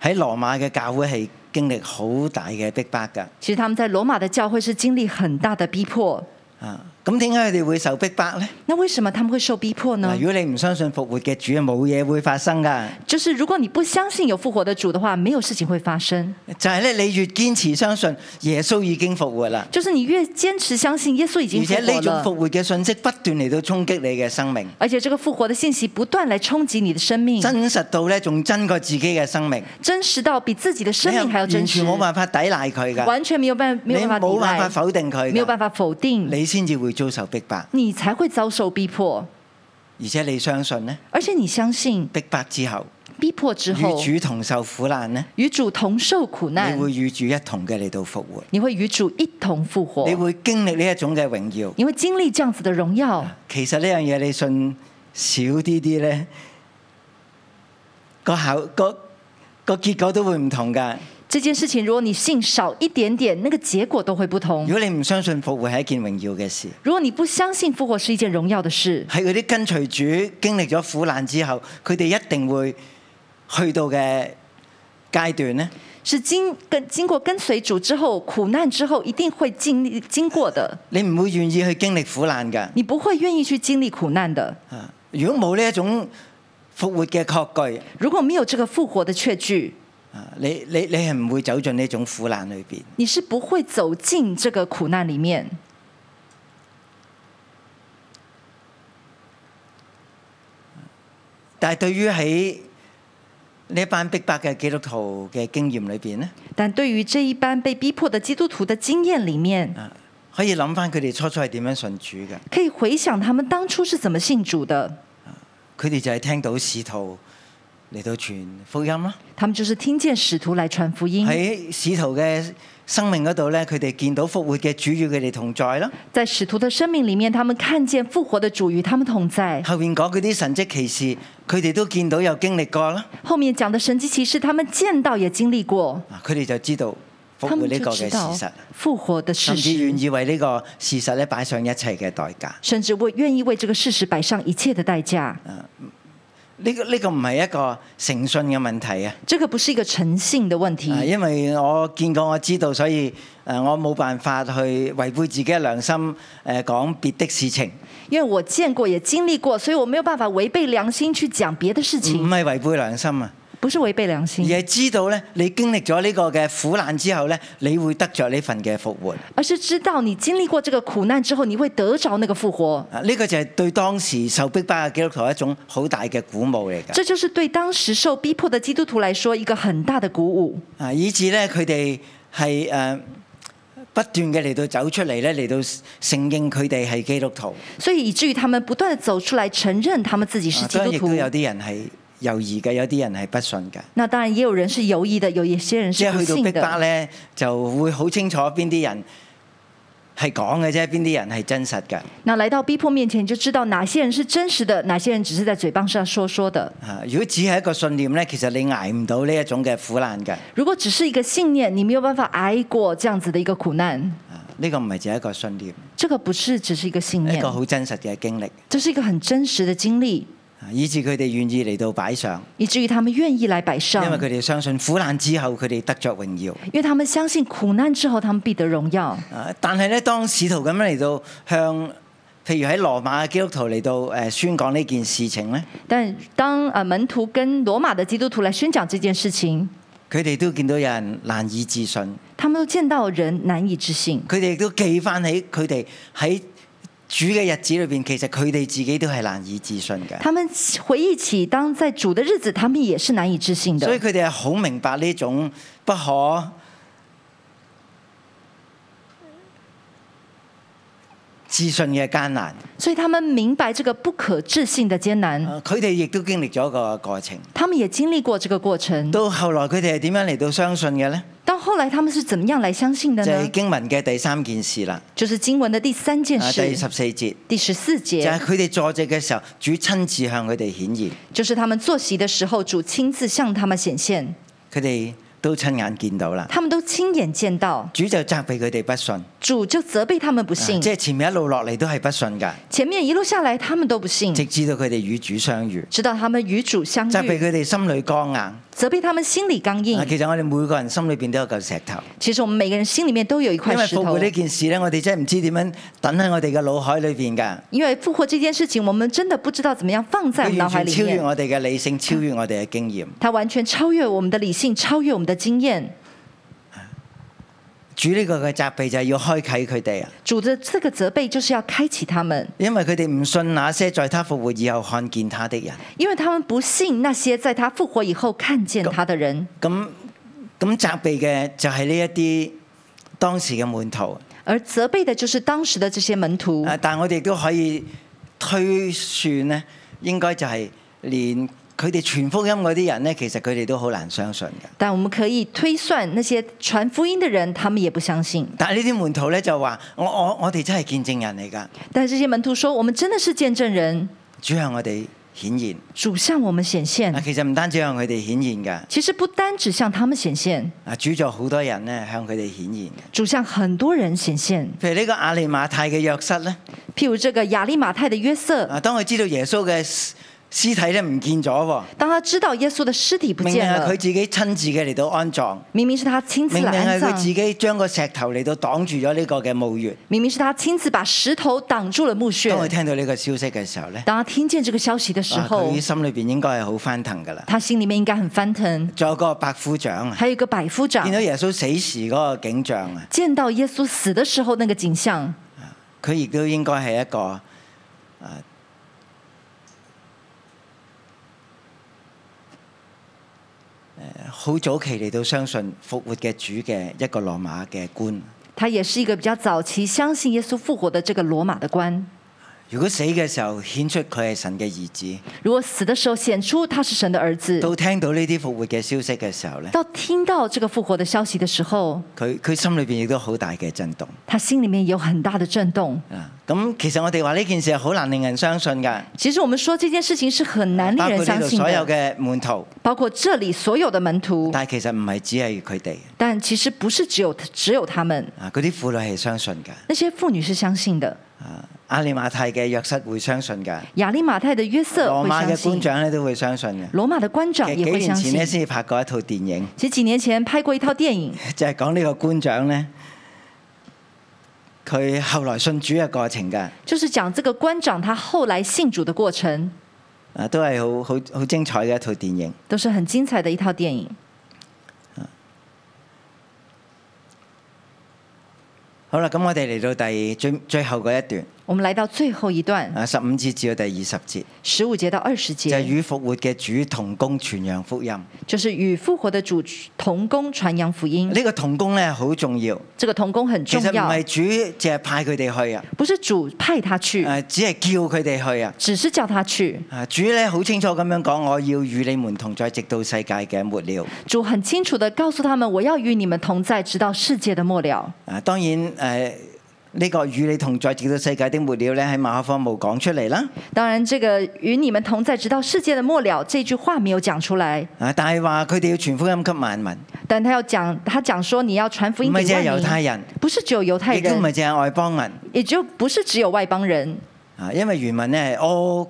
喺羅馬嘅教會係經歷好大嘅逼迫㗎。
其實他們在羅馬的教會是經歷很大的逼迫。
啊，咁點解佢哋會受逼迫呢？
那為什麼他們會受逼迫呢
嗱，？如果你唔相信復活嘅主，冇嘢會發生㗎。
就是如果你不相信有復活的主的話，沒有事情會發生。
就係咧，你越堅持相信耶穌已經復活啦，
就是你越堅持相信耶穌已
而
經
且呢
復活
種
了，
復活嘅信息不斷嚟到衝擊你嘅生命。
而且這個復活的信息不斷來衝擊你的生命，
真實到咧，仲真過自己嘅生命，
真實到比自己的生命還要
你係
真
完
實
全，冇辦法抵賴佢噶，
完全沒有辦
你
沒有辦法
冇
抵
辦法
賴，
否定佢
沒有
㗎，
辦法否定，
你先至會遭受逼迫，
你才會遭受逼迫。
而且你相信呢，
而且你相信
逼迫之後
逼迫之後，
與主同受苦難呢，
與主同受苦
你
難，
會與主一同嘅嚟到復活，
你會與主一同復活
你，會經歷呢一種嘅榮耀。
你會經歷這樣子的榮耀。
其實呢樣嘢你信少啲啲呢，個效個個結果都會唔同㗎。
這件事情，如果你信少一點點，那個結果都會不同
如。果你唔相信復活係一件榮耀嘅事，
如果你不相信復活是一件榮耀的事，
喺嗰啲跟隨主經歷咗苦難之後，佢哋一定會去到嘅階段呢，
是經跟經過跟隨主之後苦難之後一定會經歷經過的，
你唔會願意去經歷苦難㗎。
你不會願意去經歷苦難的。
啊如果冇呢一種復活嘅確據，
如果没有這個復活的確據，
啊你你你係唔會走進呢種苦難裏邊。
你是不會走進這個苦難裡面。
但係對於喺呢一班逼迫嘅基督徒嘅經驗裏邊呢，
但對於這一般被逼迫的基督徒的經驗裡面，
啊可以諗翻佢哋初初係點樣信主嘅。
可以回想他們當初是怎麼信主的。
佢哋就係聽到使徒嚟到傳福音啦。
他們就是聽見使徒來傳福音，
喺使徒嘅生命嗰度咧，佢哋見到復活嘅主與佢哋同在啦。
在使徒的生命裡面，他們看見復活的主與他們同在。
後面講嗰啲神蹟奇事，佢哋都見到有經歷過啦。
後面講的神蹟奇事，他們見到也經歷過，
啊佢哋就知道復
他
活
們
呢
就
個
知
嘅
道
事實，
復活的事
甚至
實
願，意為呢個事實咧擺上一切嘅代價。
甚至為願意為這個事實擺上一切的代價。
啊呢、個呢、個唔係一個誠信嘅問題啊！
這個不是一個誠信的問
啊，
題，
因為我見過我知道，所以誒我冇辦法去違背自己嘅良心誒講別的事情，
因為我見過也經歷過，所以我沒有辦法違背良心去講別的事
唔
情，
係違背良心啊！
不是違背良
而
心，
係知道咧，你經歷咗呢個嘅苦難之後咧，你會得着呢份嘅復活。
而是知道你經歷過這個苦難之後，你會得着那個復活。
啊，呢個就係對當時受逼迫嘅基督徒一種好大嘅鼓舞嚟㗎。
這就是對當時受逼迫的基督徒來說一個很大的鼓舞，
啊，以致咧佢哋係誒不斷嘅嚟到走出嚟咧，嚟到承認佢哋係基督徒。
所以以至於他們不斷的走出來承認他們自己是
啊
基
當然
督
亦
徒
都。有啲人係猶豫嘅，有啲人係不信嘅。
那當然也有人是猶疑的，有一些人
即
是
係
不
去到
信
逼迫
的。
咧，就會好清楚邊啲人係講嘅啫，邊啲人係真實嘅。
那來到逼迫面前，你就知道哪些人是真實的，哪些人只是在嘴巴上說說的。
啊，如果只係一個信念咧，其實你捱唔到呢一種嘅苦難嘅。
如果只是一個信念，你沒有辦法挨過這樣子的一個苦難，
啊呢個唔係只係一個信念，
這個不是只是一個信
一
念
個，好真實嘅經歷，
這是一個很真實的經歷，
啊以致佢哋願意嚟到擺上，
以至於他們願意來擺
因
上，
為
因
佢哋相信苦難之後佢哋得着榮耀。
為他們相信苦難之後，他們必得榮耀。
啊但係咧，當使徒咁樣嚟到向，譬如喺羅馬嘅基督徒嚟到誒宣講呢件事情咧，
但當呃門徒跟羅馬的基督徒來宣講這件事情，
佢哋都見到有人難以置信，
他他们都见到人难以置信，
佢哋亦都記翻起佢哋喺主嘅日子裏邊，其實佢哋自己都係難以置信嘅。
他们回忆起当在主的日子，他们也是难以置信
所以
的。
佢哋係好明白呢種不可置信嘅艱難。
所以他们明白这个不可置信的艰难，
呃佢哋亦都經歷咗一個過程。
他们也經歷過這個過程。
到後來佢哋係點樣嚟到相信嘅呢？
到后來，他們是怎麼樣來相信的
就係、
呢？
經文嘅第三件事啦，
就是經文的第三件
啊第
事，
十四節。
第十四
就係
節，
佢哋坐席嘅時候，主親自向佢哋顯現，
就是他們坐席的時候，主親自向他們顯現，
佢哋都親眼見到啦。
他們都親眼見到。
主就責備佢哋不信，啊
主就責備他們不信
即，係前面一路落嚟都係不信㗎，
前面一路下來，他們都不信，
直至到佢哋與主相遇，
直到他們與主相
責備
遇，
佢哋心裏剛硬。啊
責備他們心裡剛硬。
其實我哋每個人心裏邊都有嚿石頭，
其實我們每個人心裡面都有一
因
塊
為
石
復活
頭
呢。件事呢，我哋真係唔知點樣等喺我哋嘅腦海裏邊㗎，
因為復活這件事情，我們真的不知道怎麼樣放在我
佢
們腦
完
海
全
裡
超越
面，
我哋嘅理性，超越我哋嘅經驗。
它完全超越我們的理性，超越我們的經驗。
主呢個嘅責備就係要開啟佢哋啊，
主的這個責備就是要開啟他們，
因為佢哋唔信那些在他復活以後看見他的人。
因為他們不信那些在他復活以後看見他的人，
咁咁責備嘅就係呢一啲當時嘅門徒，
而責備的就是當時的這些門徒。
啊！但我哋都可以推算呢，應該就係連佢哋傳福音嗰啲人呢，其實佢哋都好難相信嘅。
但我們可以推算，那些傳福音的人，他們也不相信。
但係呢啲門徒呢，就話：我我我哋真係見證人嚟㗎，
但這些門徒說：“我們真的是見證人，
主向我哋顯現。
主向我們顯
啊，
現。
其實唔單止向佢哋顯現㗎，”
其實不單只向他們顯現，
啊，主就好多人呢向佢哋顯現嘅。
主向很多人顯現。
譬如呢個亞利馬太嘅約瑟呢，
譬如這個亞利馬太的約瑟，
啊，當佢知道耶穌嘅屍屍體呢唔見咗喎，
當他知道耶穌的屍體不
明明
見
係佢自
了，
己親自嘅嚟到安葬。
明明是他親自
明明
來
係
安
佢自
葬，
己將個石頭嚟到擋住咗呢個嘅墓穴。
明明是他親自把石頭擋住了墓穴
當。佢聽到呢個消息嘅時候呢，
當他聽見這個消息的時
啊
候
佢，心裏邊應該係好翻騰噶啦。
他心裡面應該很翻騰。
仲有個百夫長啊，
還有一個百夫長
見到耶穌死時嗰個景象啊，
見到耶穌死的時候那個景象，
佢亦都應該係一個啊誒好早期嚟到相信復活嘅主嘅一個羅馬嘅官。
他也是一個比較早期相信耶穌復活的這個羅馬的官。
如果死嘅時候顯出佢係神嘅兒子，
如果死的時候顯出他是神的兒子，
到聽到呢啲復活嘅消息嘅時候呢。
到聽到這個復活的消息的時候，
佢佢心裏邊亦都好大嘅震動
他心裡面有很大的震動。
啊！咁其實我哋話呢件事係好難令人相信㗎，
其實我們說這件事情是很難令
包括
人
呢
相
度
信
所有
的，
嘅門徒，
包括這裡所有的門徒，
但係其實唔係只係佢哋
但其實不是只有只有他們，
啊！嗰啲婦女係相信㗎
那些婦女是相信的。
啊！亞利馬太嘅約瑟會相信㗎，
亞利馬太的約瑟
羅
會
馬
相
嘅官
信，
長咧都會相信嘅。
羅馬的官
其
長
實幾
也會
年
相
前咧
信。
先至拍過一套電影，
其實幾年前拍過一套電影，
就係講呢個官長咧，佢後來信主嘅過程㗎，
就是講這個官長他後來信主的過程，
啊都係好好好精彩嘅一套電影。
都是很精彩的一套電影。
好啦，咁我哋嚟到第最最後嗰一段
我們來到最後一段，
啊，十五節至到第二十節。
十五節到二十
就係
節，
與復活嘅主同工傳揚福音。呢、
就是與復活的主同工傳揚福音。
個同工咧好重要，
這個同工很
其
重
實唔
要，
係主淨係派佢哋去啊，
不是主派他去，
誒只係叫佢哋去啊。
只是叫他去。
啊！主咧好清楚咁樣講，我要與你們同在，直到世界嘅末了。
主很清楚地告訴他們：“我要與你們同在，直到世界的末了。
啊，當然誒呢、個與你同在，直到世界的末了咧，喺馬可福音冇講出嚟啦。”
當然，這個“與你們同在，直到世界的末了”這句話沒有講出來，
啊，但係話佢哋要傳福音給萬民，
但他要講，他講說你要傳福
唔
音
係
給
淨係猶
萬民
太人，
不是只有猶太
亦都唔係
人，
淨係外邦人。
也就不是只有外邦人，
啊，因為原文咧係 all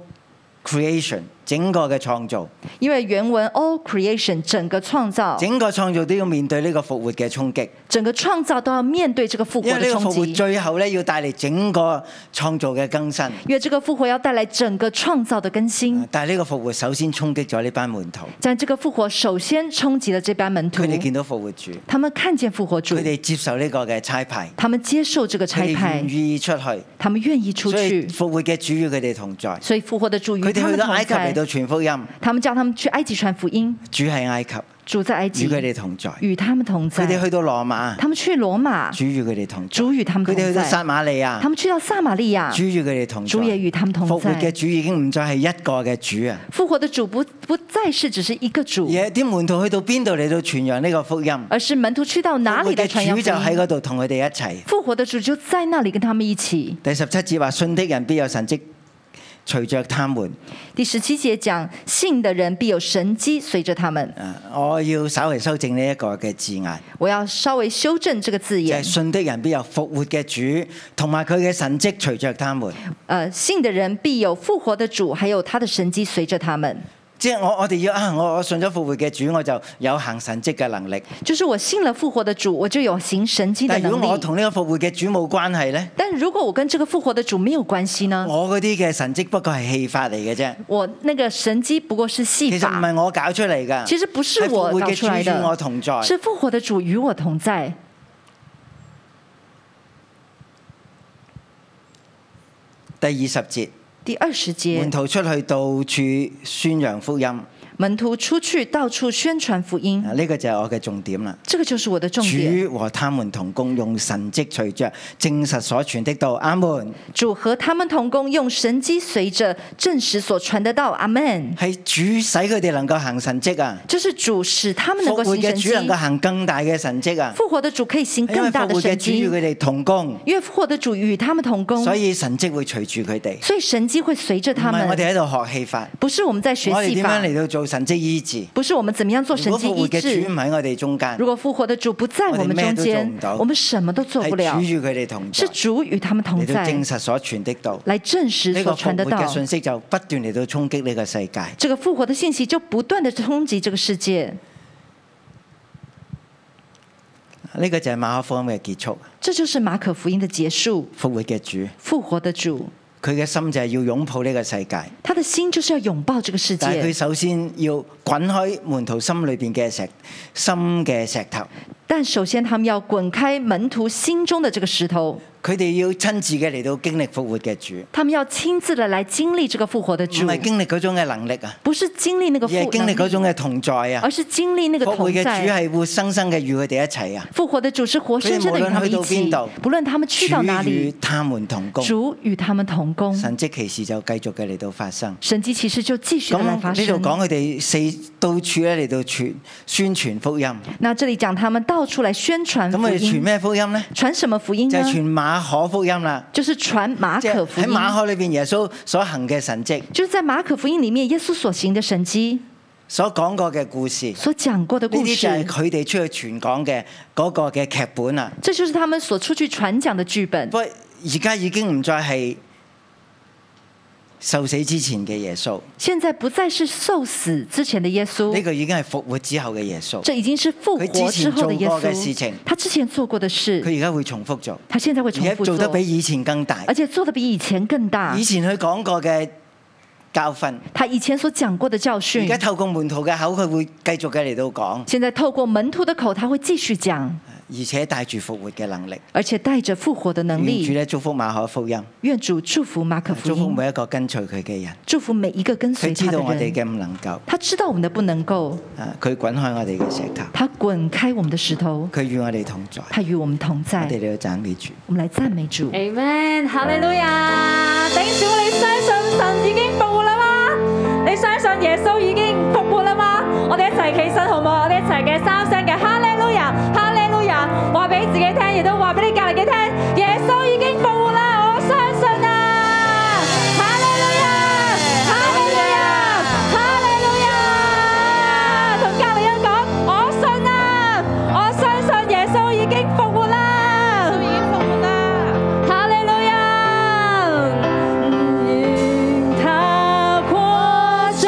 creation，整個嘅創造，
因为原文 all creation 整个创造，
整個創造都要面對呢個復活嘅衝擊，
整个创造都要面对这个复活
因為
的
呢個
冲
復活
击，
最後咧要帶嚟整個創造嘅更新。啊
因为这个复活要带来整个创造的更新。
但係呢個復活首先衝擊咗呢班門徒，
但这个复活首先冲击了这班门徒
佢，哋見到復活主，
他们看见复活主
佢，哋接受呢個嘅差派，
他们接受这个
佢
差
哋
派
願，意出去，
他们愿意出
所以
去，
復活嘅主與佢哋同在。
所以复活的主
佢
与他
哋去
们
到
同
埃及嚟到
在，
傳福音，
他们叫他们去埃及传福音，
主喺埃及
主在埃及
與佢哋同在。
与他们同
佢哋
在，
去到羅馬，
他们去罗马，
主與佢哋同在。
主与他们
佢
同
哋去到撒
在，
瑪利亞
他，们去到撒玛利亚，
主與佢哋同在
主。也与他们同
復活嘅
在。
主已經唔再係一個嘅主啊！
复活的主不不再是只是一个主
而，係啲門徒去到邊度嚟到傳揚呢個福音？
而是门徒去到哪
復活
里
嘅
来传扬
主就
福
喺
音。
嗰度同佢哋一齊。
复活的主就在那里跟他们一起。
第十七節話：信的人必有神蹟，隨着他們。
第十七节讲，信的人必有神机随着他们。
啊我要稍微修正呢一個嘅字眼，
我要稍微修正这个字
就係、
眼，
信的人必有復活嘅主，同埋佢嘅神蹟隨着他們。
呃，信的人必有复活的主，还有他的神机随着他们。
即係我我哋要啊！我我信咗復活嘅主，我就有行神蹟嘅能力。
就是我信了复活的主，我就有行神机的
但係如
能
果我
力。
同呢個復活嘅主冇關係呢，
但如果我跟这个复活的主没有关系呢？
我嗰啲嘅神蹟不過係戲法嚟嘅啫，
我那个神机不过是戏
其實唔
法，
係我搞出嚟㗎。
其實不是
係復
我
活
搞
嘅主
出來
與我
的，
同在。
是复活的主与我同在。
第二十節，
第二十节
門，徒出去到處宣揚福音，啊
门徒出去到处宣传福音，
呢、個就係我嘅重點啦。
这个就是我的重点。
主和他們同工，用神蹟隨着證實所傳的道。阿門。
主和他们同工，用神机随着证实所传的道。阿门。
係主使佢哋能夠行神蹟啊！
就是主使他们能
復
够
活
行神
嘅
机
主，能夠行更大嘅神蹟啊！
复活的主可以行
哎因為
更大
復
的
活嘅
神
主與
机，
佢哋同工，
因为复活的主与他们同工，
所以神蹟會隨住佢哋。
所以神机会随着
唔
他
係我
们。
哋喺度學戲法，
不是我们在学
我哋
戏
點
法
樣，嚟到做神蹟醫治？
不是我们怎么样做
如
神
果
机
復
医
活嘅
治
主唔。喺我哋中間，
如果复活的主不在
我
我
哋
们
咩
中
都
间
做唔到，
我们什么都做不了
係主，與佢哋同在
是，主与他们同
嚟到
在，
證實所傳的道。
来证实
呢個
所
復
传的
活
道。
嘅信息就不斷嚟到衝擊呢個世界。
这个复活的信息就不断的冲击这个世界，
呢個就係馬可福音嘅結束。
这就是马可福音的结束。
復活嘅主，
复活的主，
佢嘅心就係要擁抱呢個世界，
他的心就是要拥抱这个世
但係佢
界，
首先要滾開門徒心裏邊嘅石心嘅石頭，
但首先他们要滚开门徒心中的这个石头，
佢哋要親自嘅嚟到經歷復活嘅主，
他们要亲自的来经历这个复活的
唔
主，
係經歷嗰種嘅能力啊，
不是经历那
而
个
係
复
經歷嗰
能力，
種嘅同在啊。
哦而是经历那个
復活
同
嘅主
在。
係活生生嘅與佢哋一齊啊！
复活的主是活生生的与他们一
佢哋無論去到邊
起
度，
不论他们去到哪
主與
里，
他們同工，
主与他们同工，
神蹟奇事就繼續嘅嚟到發生。
神迹奇事就继续
咁
的来
呢
发生
度。講佢哋四到處咧嚟到傳宣傳福音，咁
那这里讲他们到处来宣传福
佢哋傳
音，
咩福音呢？
传什么福音
就
呢
係？傳馬可福音啦，
就是传马
即係
可福
喺
音，
馬可裏邊耶穌所行嘅神蹟，
就是在马可福音里面耶稣所行的神迹，
所講過嘅故事，呢
所讲过的故
啲就係
事，
佢哋出去傳講嘅嗰個嘅劇本啦。
这就是他们所出去传讲的剧本
不。過而家已經唔再係受死之前嘅耶穌，
现在不再是受死之前的耶
呢
稣，
個已經係復活之後嘅耶穌。
这已经是复活之后的耶
佢之前做過嘅事情
稣。他之前做过的事，
佢而家會重複做，
他现在会
而
重哎
家
复
做得
做，
比以前更大
而。且做的比以前更大
以。前佢講過嘅教訓，
他以前所讲过的教
而
训
家，透過門徒嘅口，佢會繼續嘅嚟到講，
现在透过门徒的口，他会继续讲，
而且帶住復活嘅能力。
而且带着复活的能
願主
力。
咧祝福馬可福音，
愿主祝福马可福
祝福
音，
每一個跟隨佢嘅人。
祝福每一个跟
佢
随
知
他
道
的
我哋
人。
嘅唔能夠，
他知道我们的不能够，
啊佢滾開我哋嘅石頭，
他滚开我们的石头，
佢與我哋同在。
他与我们同
我
在。
哋都要讚美主。
我们来赞美主。
Amen，哈利路亞！頂住你相信神已經復活啦嘛，你相信耶穌已經復活啦嘛，我哋一齊起身好唔好？我哋一齊嘅三聲嘅哈利路亞，哈利路亞！話俾自己聽，亦都話俾你隔離嘅聽，耶穌已經復活啦，我相信啊！哈利路亞，哈利路亞，哈利路亞！同隔離人講，我信啊，我相信耶穌已經復活啦，已經復活啦。哈利路亞！他活着，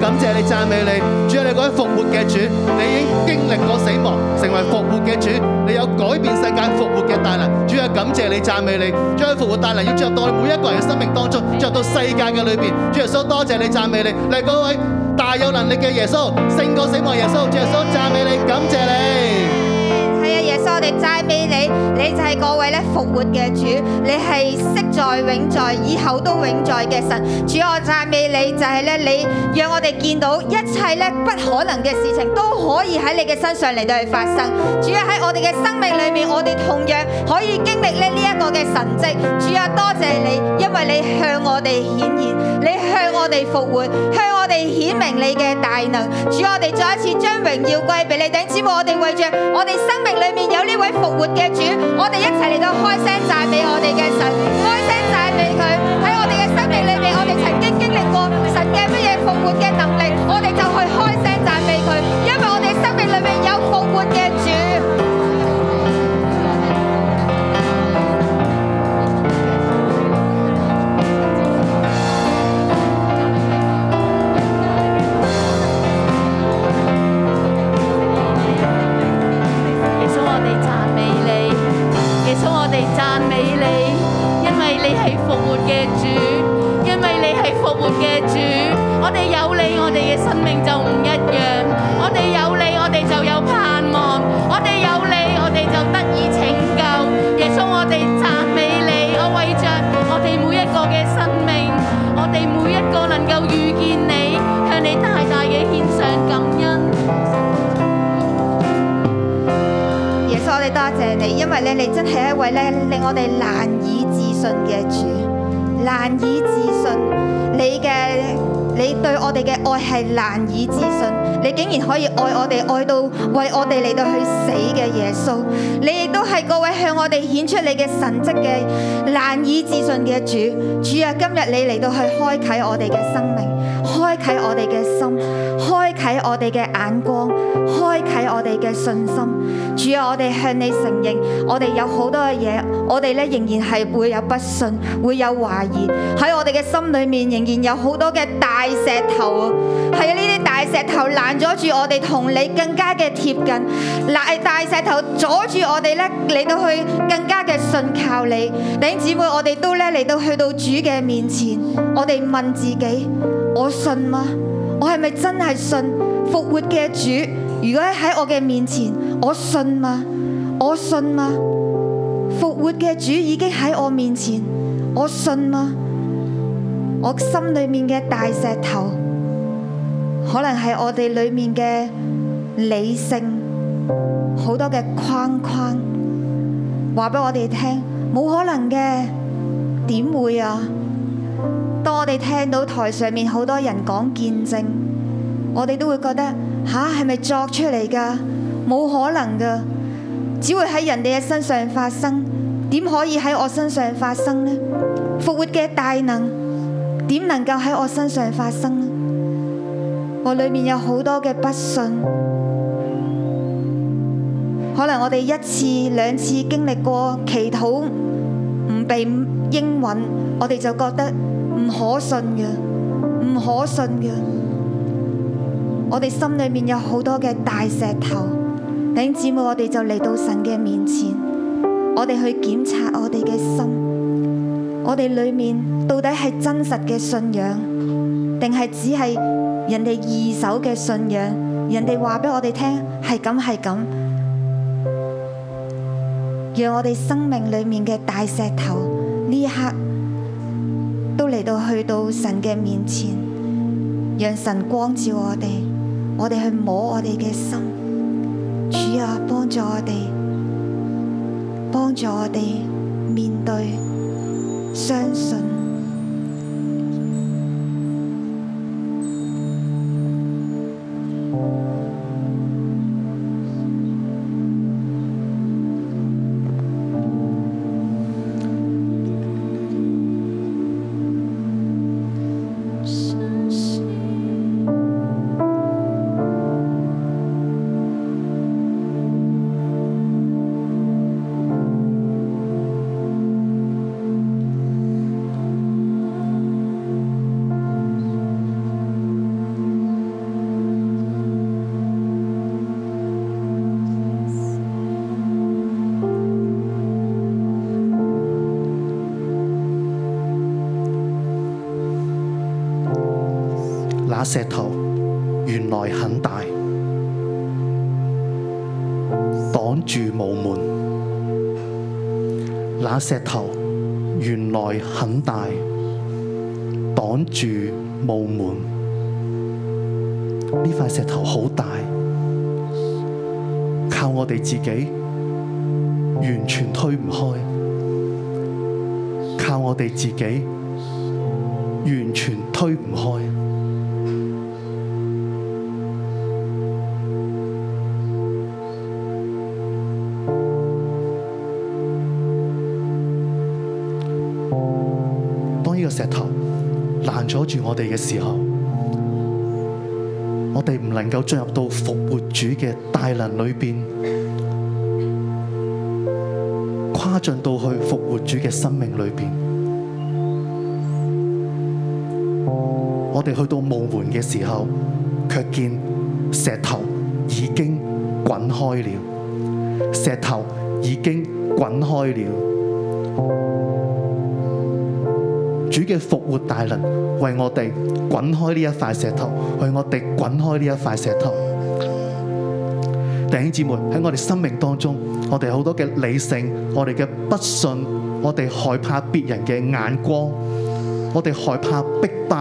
感謝你，讚美你，主啊，你嗰位復活嘅主，你已經經歷過死亡，成為復活嘅主，你有改變世界復活嘅大能，主啊，感謝你，讚美你，將復活大能要進入到我哋每一個人嘅生命當中，進入到世界嘅裏邊，主耶穌多謝你，讚美你，你係嗰位大有能力嘅耶穌，勝過死亡耶穌，主耶穌讚美你，感謝你。
系啊，耶穌，我哋齋俾你，你就係嗰位咧復活嘅主，你係昔在永在，以後都永在嘅神。主，我讚美你，就係咧你讓我哋見到一切咧不可能嘅事情都可以喺你嘅身上嚟到去發生。主啊，喺我哋嘅生命裏面，我哋同樣可以經歷咧呢一個嘅神蹟。主啊，多謝你，因為你向我哋顯現，你向我哋復活，向我哋顯明你嘅大能。主，我哋再一次將榮耀歸俾你。頂姊妹，我哋為着我哋生命裏面有呢位復活嘅主，我哋一齊嚟到開聲讚美我哋嘅神，開聲讚美佢喺我哋嘅生命裏面，我哋曾經經歷過神嘅乜嘢復活嘅能力，我哋就去開聲讚美佢，因為我哋生命裏面有復活嘅主。
耶穌，我哋讚美你，耶穌，我哋讚美你，因為你係復活嘅主，因為你係復活嘅主，我哋有你，我哋嘅生命就唔一樣，我哋有你，我哋就有盼望，我哋有你，我哋就得以拯救。耶穌，我哋讚美你，我為着我哋每一個嘅生命，我哋每一個能夠遇見你，向你大大嘅獻上感恩。
耶穌，我哋多謝你，因為咧你真係一位咧令我哋難以置信嘅主，難以置信，你嘅你對我哋嘅愛係難以置信，你竟然可以愛我哋愛到為我哋嚟到去死嘅耶穌，你亦都係各位向我哋顯出你嘅神蹟嘅難以置信嘅主，主啊，今日你嚟到去開啟我哋嘅生命。開啟我哋嘅心，開啟我哋嘅眼光，開啟我哋嘅信心。主啊，我哋向你承認，我哋有好多嘅嘢，我哋咧仍然係會有不信，會有懷疑，喺我哋嘅心裏面仍然有好多嘅大石頭啊！係啊，呢啲大石頭攔咗住我哋同你更加嘅貼近，大大石頭阻住我哋咧嚟到去更加嘅信靠你。弟兄姊妹，我哋都咧嚟到去到主嘅面前，我哋問自己。我信嗎？我係咪真係信復活嘅主？如果喺我嘅面前，我信嗎？我信嗎？復活嘅主已經喺我面前，我信嗎？我心裏面嘅大石頭，可能係我哋裏面嘅理性，好多嘅框框，話俾我哋聽，冇可能嘅，點會啊？當我哋聽到台上面好多人講見證，我哋都會覺得吓係咪作出嚟㗎？冇可能㗎，只會喺人哋嘅身上發生，點可以喺我身上發生呢？復活嘅大能點能夠喺我身上發生呢？我裏面有好多嘅不信，可能我哋一次兩次經歷過祈禱唔被應允，我哋就覺得唔可信嘅，唔可信嘅。我哋心裏面有好多嘅大石頭，弟兄姊妹，我哋就嚟到神嘅面前，我哋去檢查我哋嘅心，我哋裏面到底係真實嘅信仰，定係只係人哋二手嘅信仰？人哋話俾我哋聽係咁係咁，讓我哋生命裏面嘅大石頭呢一刻。都嚟到去到神嘅面前，讓神光照我哋，我哋去摸我哋嘅心。主啊，幫助我哋，幫助我哋面對相信。
我
那石頭原來很大，擋住無門。那石頭原來很大，擋住無門。呢塊石頭好大，靠我哋自己完全推唔開，靠我哋自己。完全推唔開。當呢個石頭攔阻住我哋嘅時候，我哋唔能夠進入到復活主嘅大能裏邊，跨進到去復活主嘅生命裏邊。我哋去到墓門嘅時候，卻見石頭已經滾開了，石頭已經滾開了。主嘅復活大能為我哋滾開呢一塊石頭，為我哋滾開呢一塊石頭。弟兄姊妹喺我哋生命當中，我哋好多嘅理性，我哋嘅不信，我哋害怕別人嘅眼光，我哋害怕逼迫。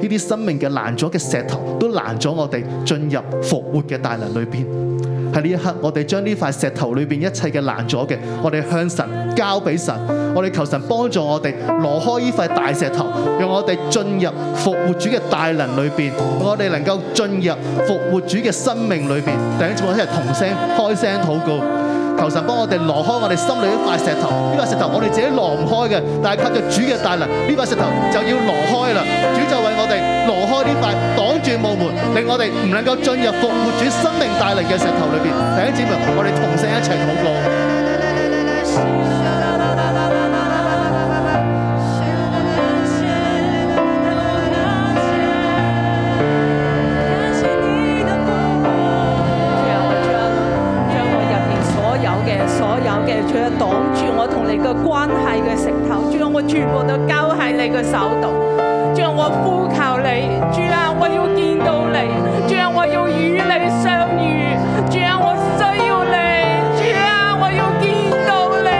呢啲生命嘅攔阻嘅石頭，都攔阻我哋進入復活嘅大能裏邊。喺呢一刻，我哋將呢塊石頭裏邊一切嘅攔阻嘅，我哋向神交俾神，我哋求神幫助我哋挪開呢塊大石頭，讓我哋進入復活主嘅大能裏邊，我哋能夠進入復活主嘅生命裏邊。弟兄姊妹，一齊同聲開聲禱告。求神幫我哋挪開我哋心裏一塊石頭，呢塊石頭我哋自己挪唔開嘅，但係靠着主嘅大能，呢塊石頭就要挪開啦。主就為我哋挪開呢塊擋住墓門，令我哋唔能夠進入復活主生命大能嘅石頭裏邊。弟兄姊妹，我哋同聲一齊禱告。
主啊，我將將我入面所有嘅所有嘅，主啊，擋住我同你嘅關係嘅石頭，主啊，我全部都交喺你嘅手度。主啊，我呼求你，主啊，我要見到你，主啊，我要與你相遇，主啊，我需要你，主啊，我要見到你，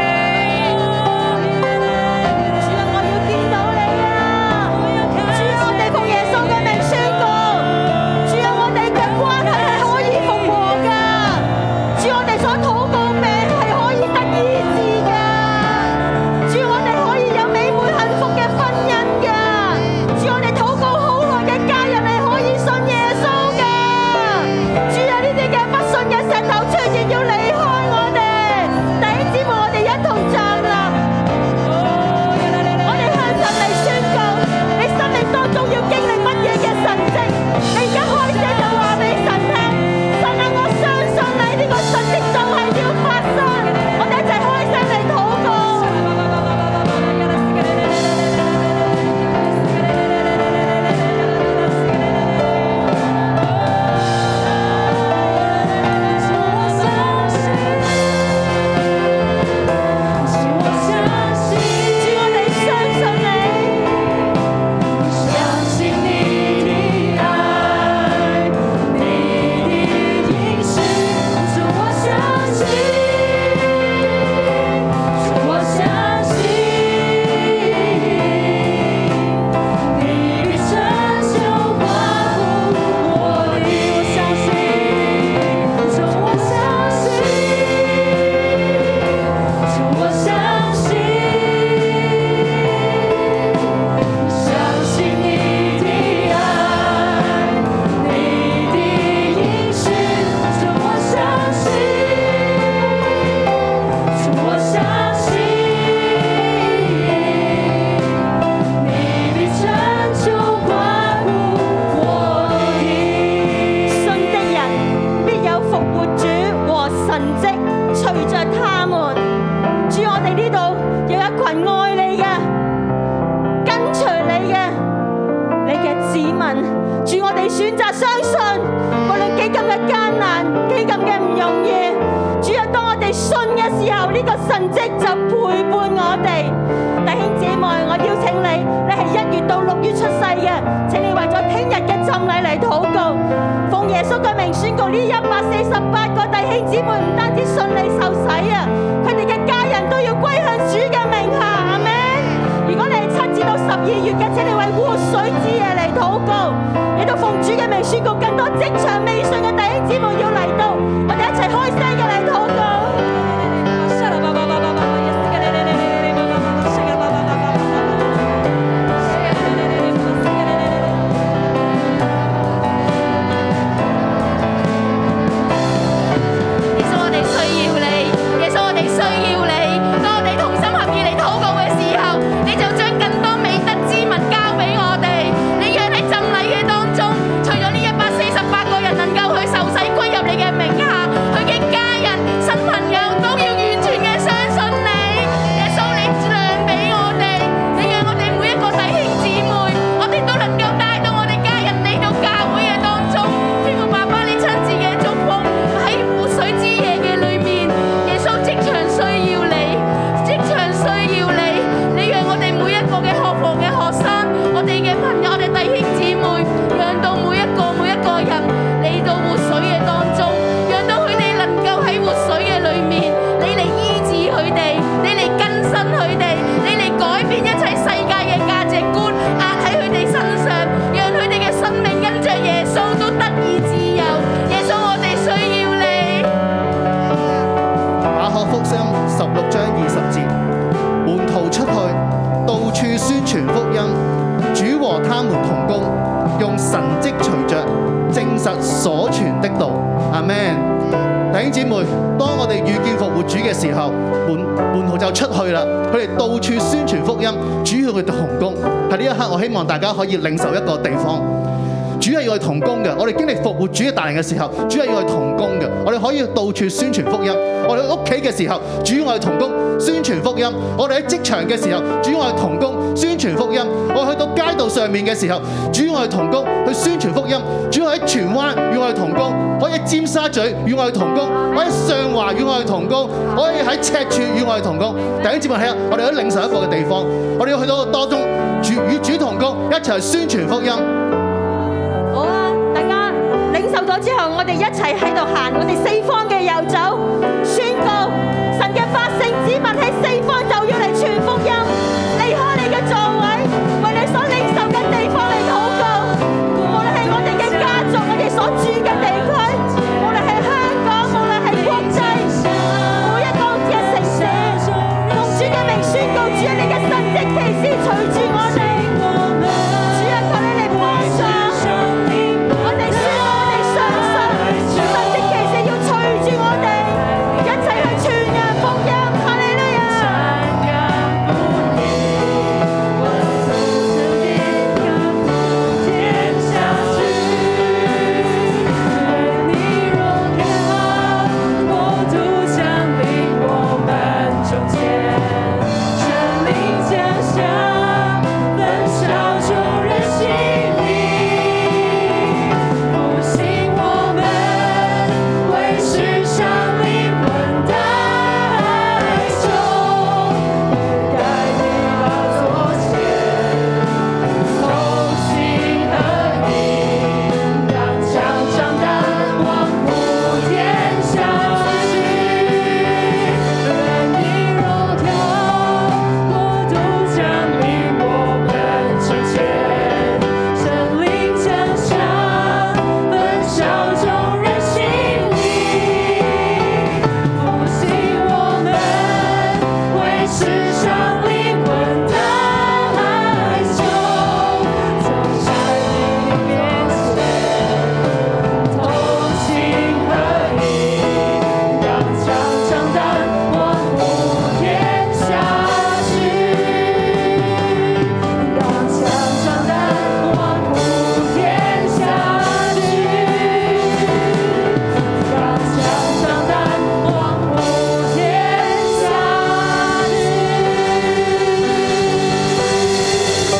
主啊，我要見到你啊！主啊，我哋奉耶穌嘅名宣告，主啊，我哋嘅關係係可以復和㗎。主，我哋所禱告命係可以得醫治㗎。主，我哋可以有美滿幸福嘅婚姻㗎。主，我哋禱告好耐嘅家人係可以信耶穌㗎。主啊，呢啲嘅不信嘅石頭出現要離開我哋。弟兄姊妹，我哋一同站立。我哋向神嚟宣告，你生命當中要經歷乜嘢嘅神蹟？你一開聲就話俾神聽，神啊，我相信你呢個神蹟就係要發生。我哋一齊開聲嚟禱告。信的人必有復活主和神蹟隨着他們。主，我哋呢度有一群愛你嘅、跟隨你嘅、你嘅子民。主，我哋選擇相信，無論幾咁嘅艱難、幾咁嘅唔容易。主啊，當我哋信嘅時候，呢、個神蹟就陪伴我哋。弟兄姊妹，我邀請你，你係一月到六月出世嘅，請你為呢一百四十八個弟兄姊妹唔單止順利受洗啊，佢哋嘅家人都要歸向主嘅名下，阿咩？如果你係七至到十二月嘅，請你為活水之夜嚟禱告，亦都奉主嘅名宣告更多職場未信嘅弟兄姊妹要嚟到，我哋一齊開聲嘅嚟禱告。
耶穌，我哋需要你，耶穌，我哋需要你。當我哋同心合意嚟禱告嘅時候，你就將更多美德之物交俾我哋。你讓喺浸禮嘅當中，除咗呢一百四十八個人能夠去受洗歸入你嘅名下，佢嘅家人、新朋友都要完全嘅相信你。耶穌，你量俾我哋，你讓我哋每一個弟兄姊妹，我哋都能夠帶到我哋家人嚟到教會嘅當中。天父爸爸，你親自嘅祝福喺活水之夜嘅裏面，耶穌職場需要你，職場需要你，你讓我哋每一個嘅學房嘅學生，我哋嘅朋友，我哋弟兄姊妹，讓到每一個每一個人嚟到活水嘅當中，讓到佢哋能夠喺活水嘅裏面，你嚟醫治佢哋，你嚟更新佢哋，你嚟改變一切世界嘅價值觀壓喺佢哋身上，讓佢哋嘅生命因着耶穌都得以自由。耶穌，我哋需要你。
馬可福音十六章二十節，門徒出去，到處宣傳福音，主和他們同工，用神蹟隨着證實所傳的道。阿 Man。弟兄姊妹，當我哋遇見復活主嘅時候，門門徒就出去啦，佢哋到處宣傳福音，主要佢哋同工。喺呢一刻，我希望大家可以領受一個地方。主係要去同工嘅。我哋經歷復活主嘅大能嘅時候，主係要去同工嘅。我哋可以到處宣傳福音。我哋喺屋企嘅時候，主我哋同工宣傳福音；我哋喺職場嘅時候，主我哋同工宣傳福音；我哋去到街道上面嘅時候，主我哋同工去宣傳福音；主我哋喺荃灣與我哋同工，我哋喺尖沙咀與我哋同工，我哋喺上華與我哋同工，我哋喺赤柱與我哋同工。第一節目係啊，我哋喺領受一個嘅地方，我哋要去到當中主與主同工一齊去宣傳福音。
好啊，大家領受咗之後，我哋一齊喺度行，我哋四方嘅遊走，宣告神嘅百姓子民喺四方就要嚟傳福音，離開你嘅座位，為你所領受嘅地方嚟禱告。無論係我哋嘅家族，我哋所住嘅地區，無論係香港，無論係國際，每一個嘅城市，用主嘅名宣告，主啊，你嘅神蹟奇事隨住我哋。主啊，求你嚟幫助。我哋宣告，我哋相信神蹟奇事要隨住我哋，一齊去傳揚福音。哈利路亞！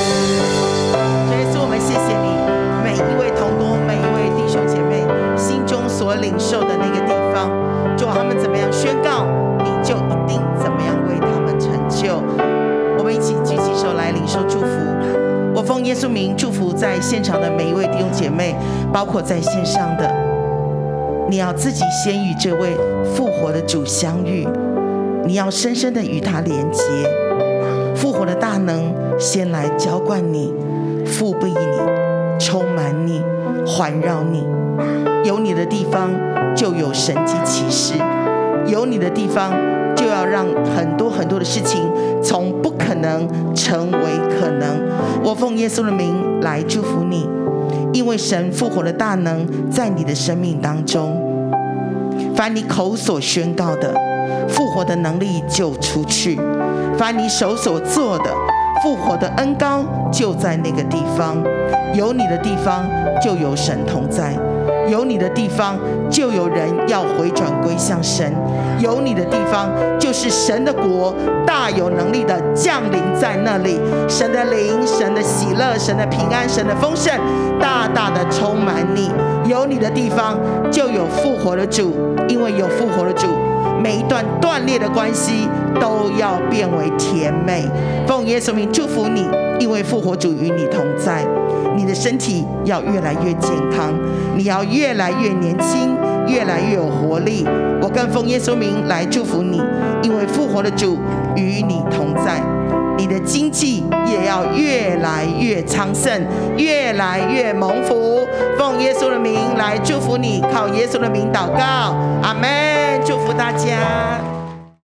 主耶稣，我们谢谢你，每一位同工，每一位弟兄姐妹心中所领受的那个地方，主啊他们怎么样宣告，你就一定怎么样为他们成就。我们一起举起手来领受祝福。我奉耶稣名祝福在现场的每一位弟兄姐妹，包括在线上的。
你要自己先与这位复活的主相遇，你要深深的与他连接，复活的大能先来浇灌你，覆庇你，充满你，环绕你。有你的地方就有神迹奇事，有你的地方就要让很多很多的事情从不可能成为可能。我奉耶稣的名来祝福你，因为神复活的大能在你的生命当中。凡你口所宣告的，复活的能力就出去；凡你手所做的，复活的恩高就在那个地方。有你的地方，就有神同在；有你的地方，就有人要回转归向神；有你的地方，就是神的国大有能力的降临在那里。神的灵、神的喜乐、神的平安、神的丰盛，大大的充满你。有你的地方，就有复活的主，因为有复活的主。每一段断裂的关系都要变为甜美。奉耶稣名祝福你，因为复活主与你同在，你的身体要越来越健康，你要越来越年轻，越来越有活力。我更奉耶稣名来祝福你，因为复活的主与你同在。你的经济也要越来越昌盛，越来越蒙福。奉耶稣的名来祝福你，靠耶稣的名祷告，阿门。祝福大家。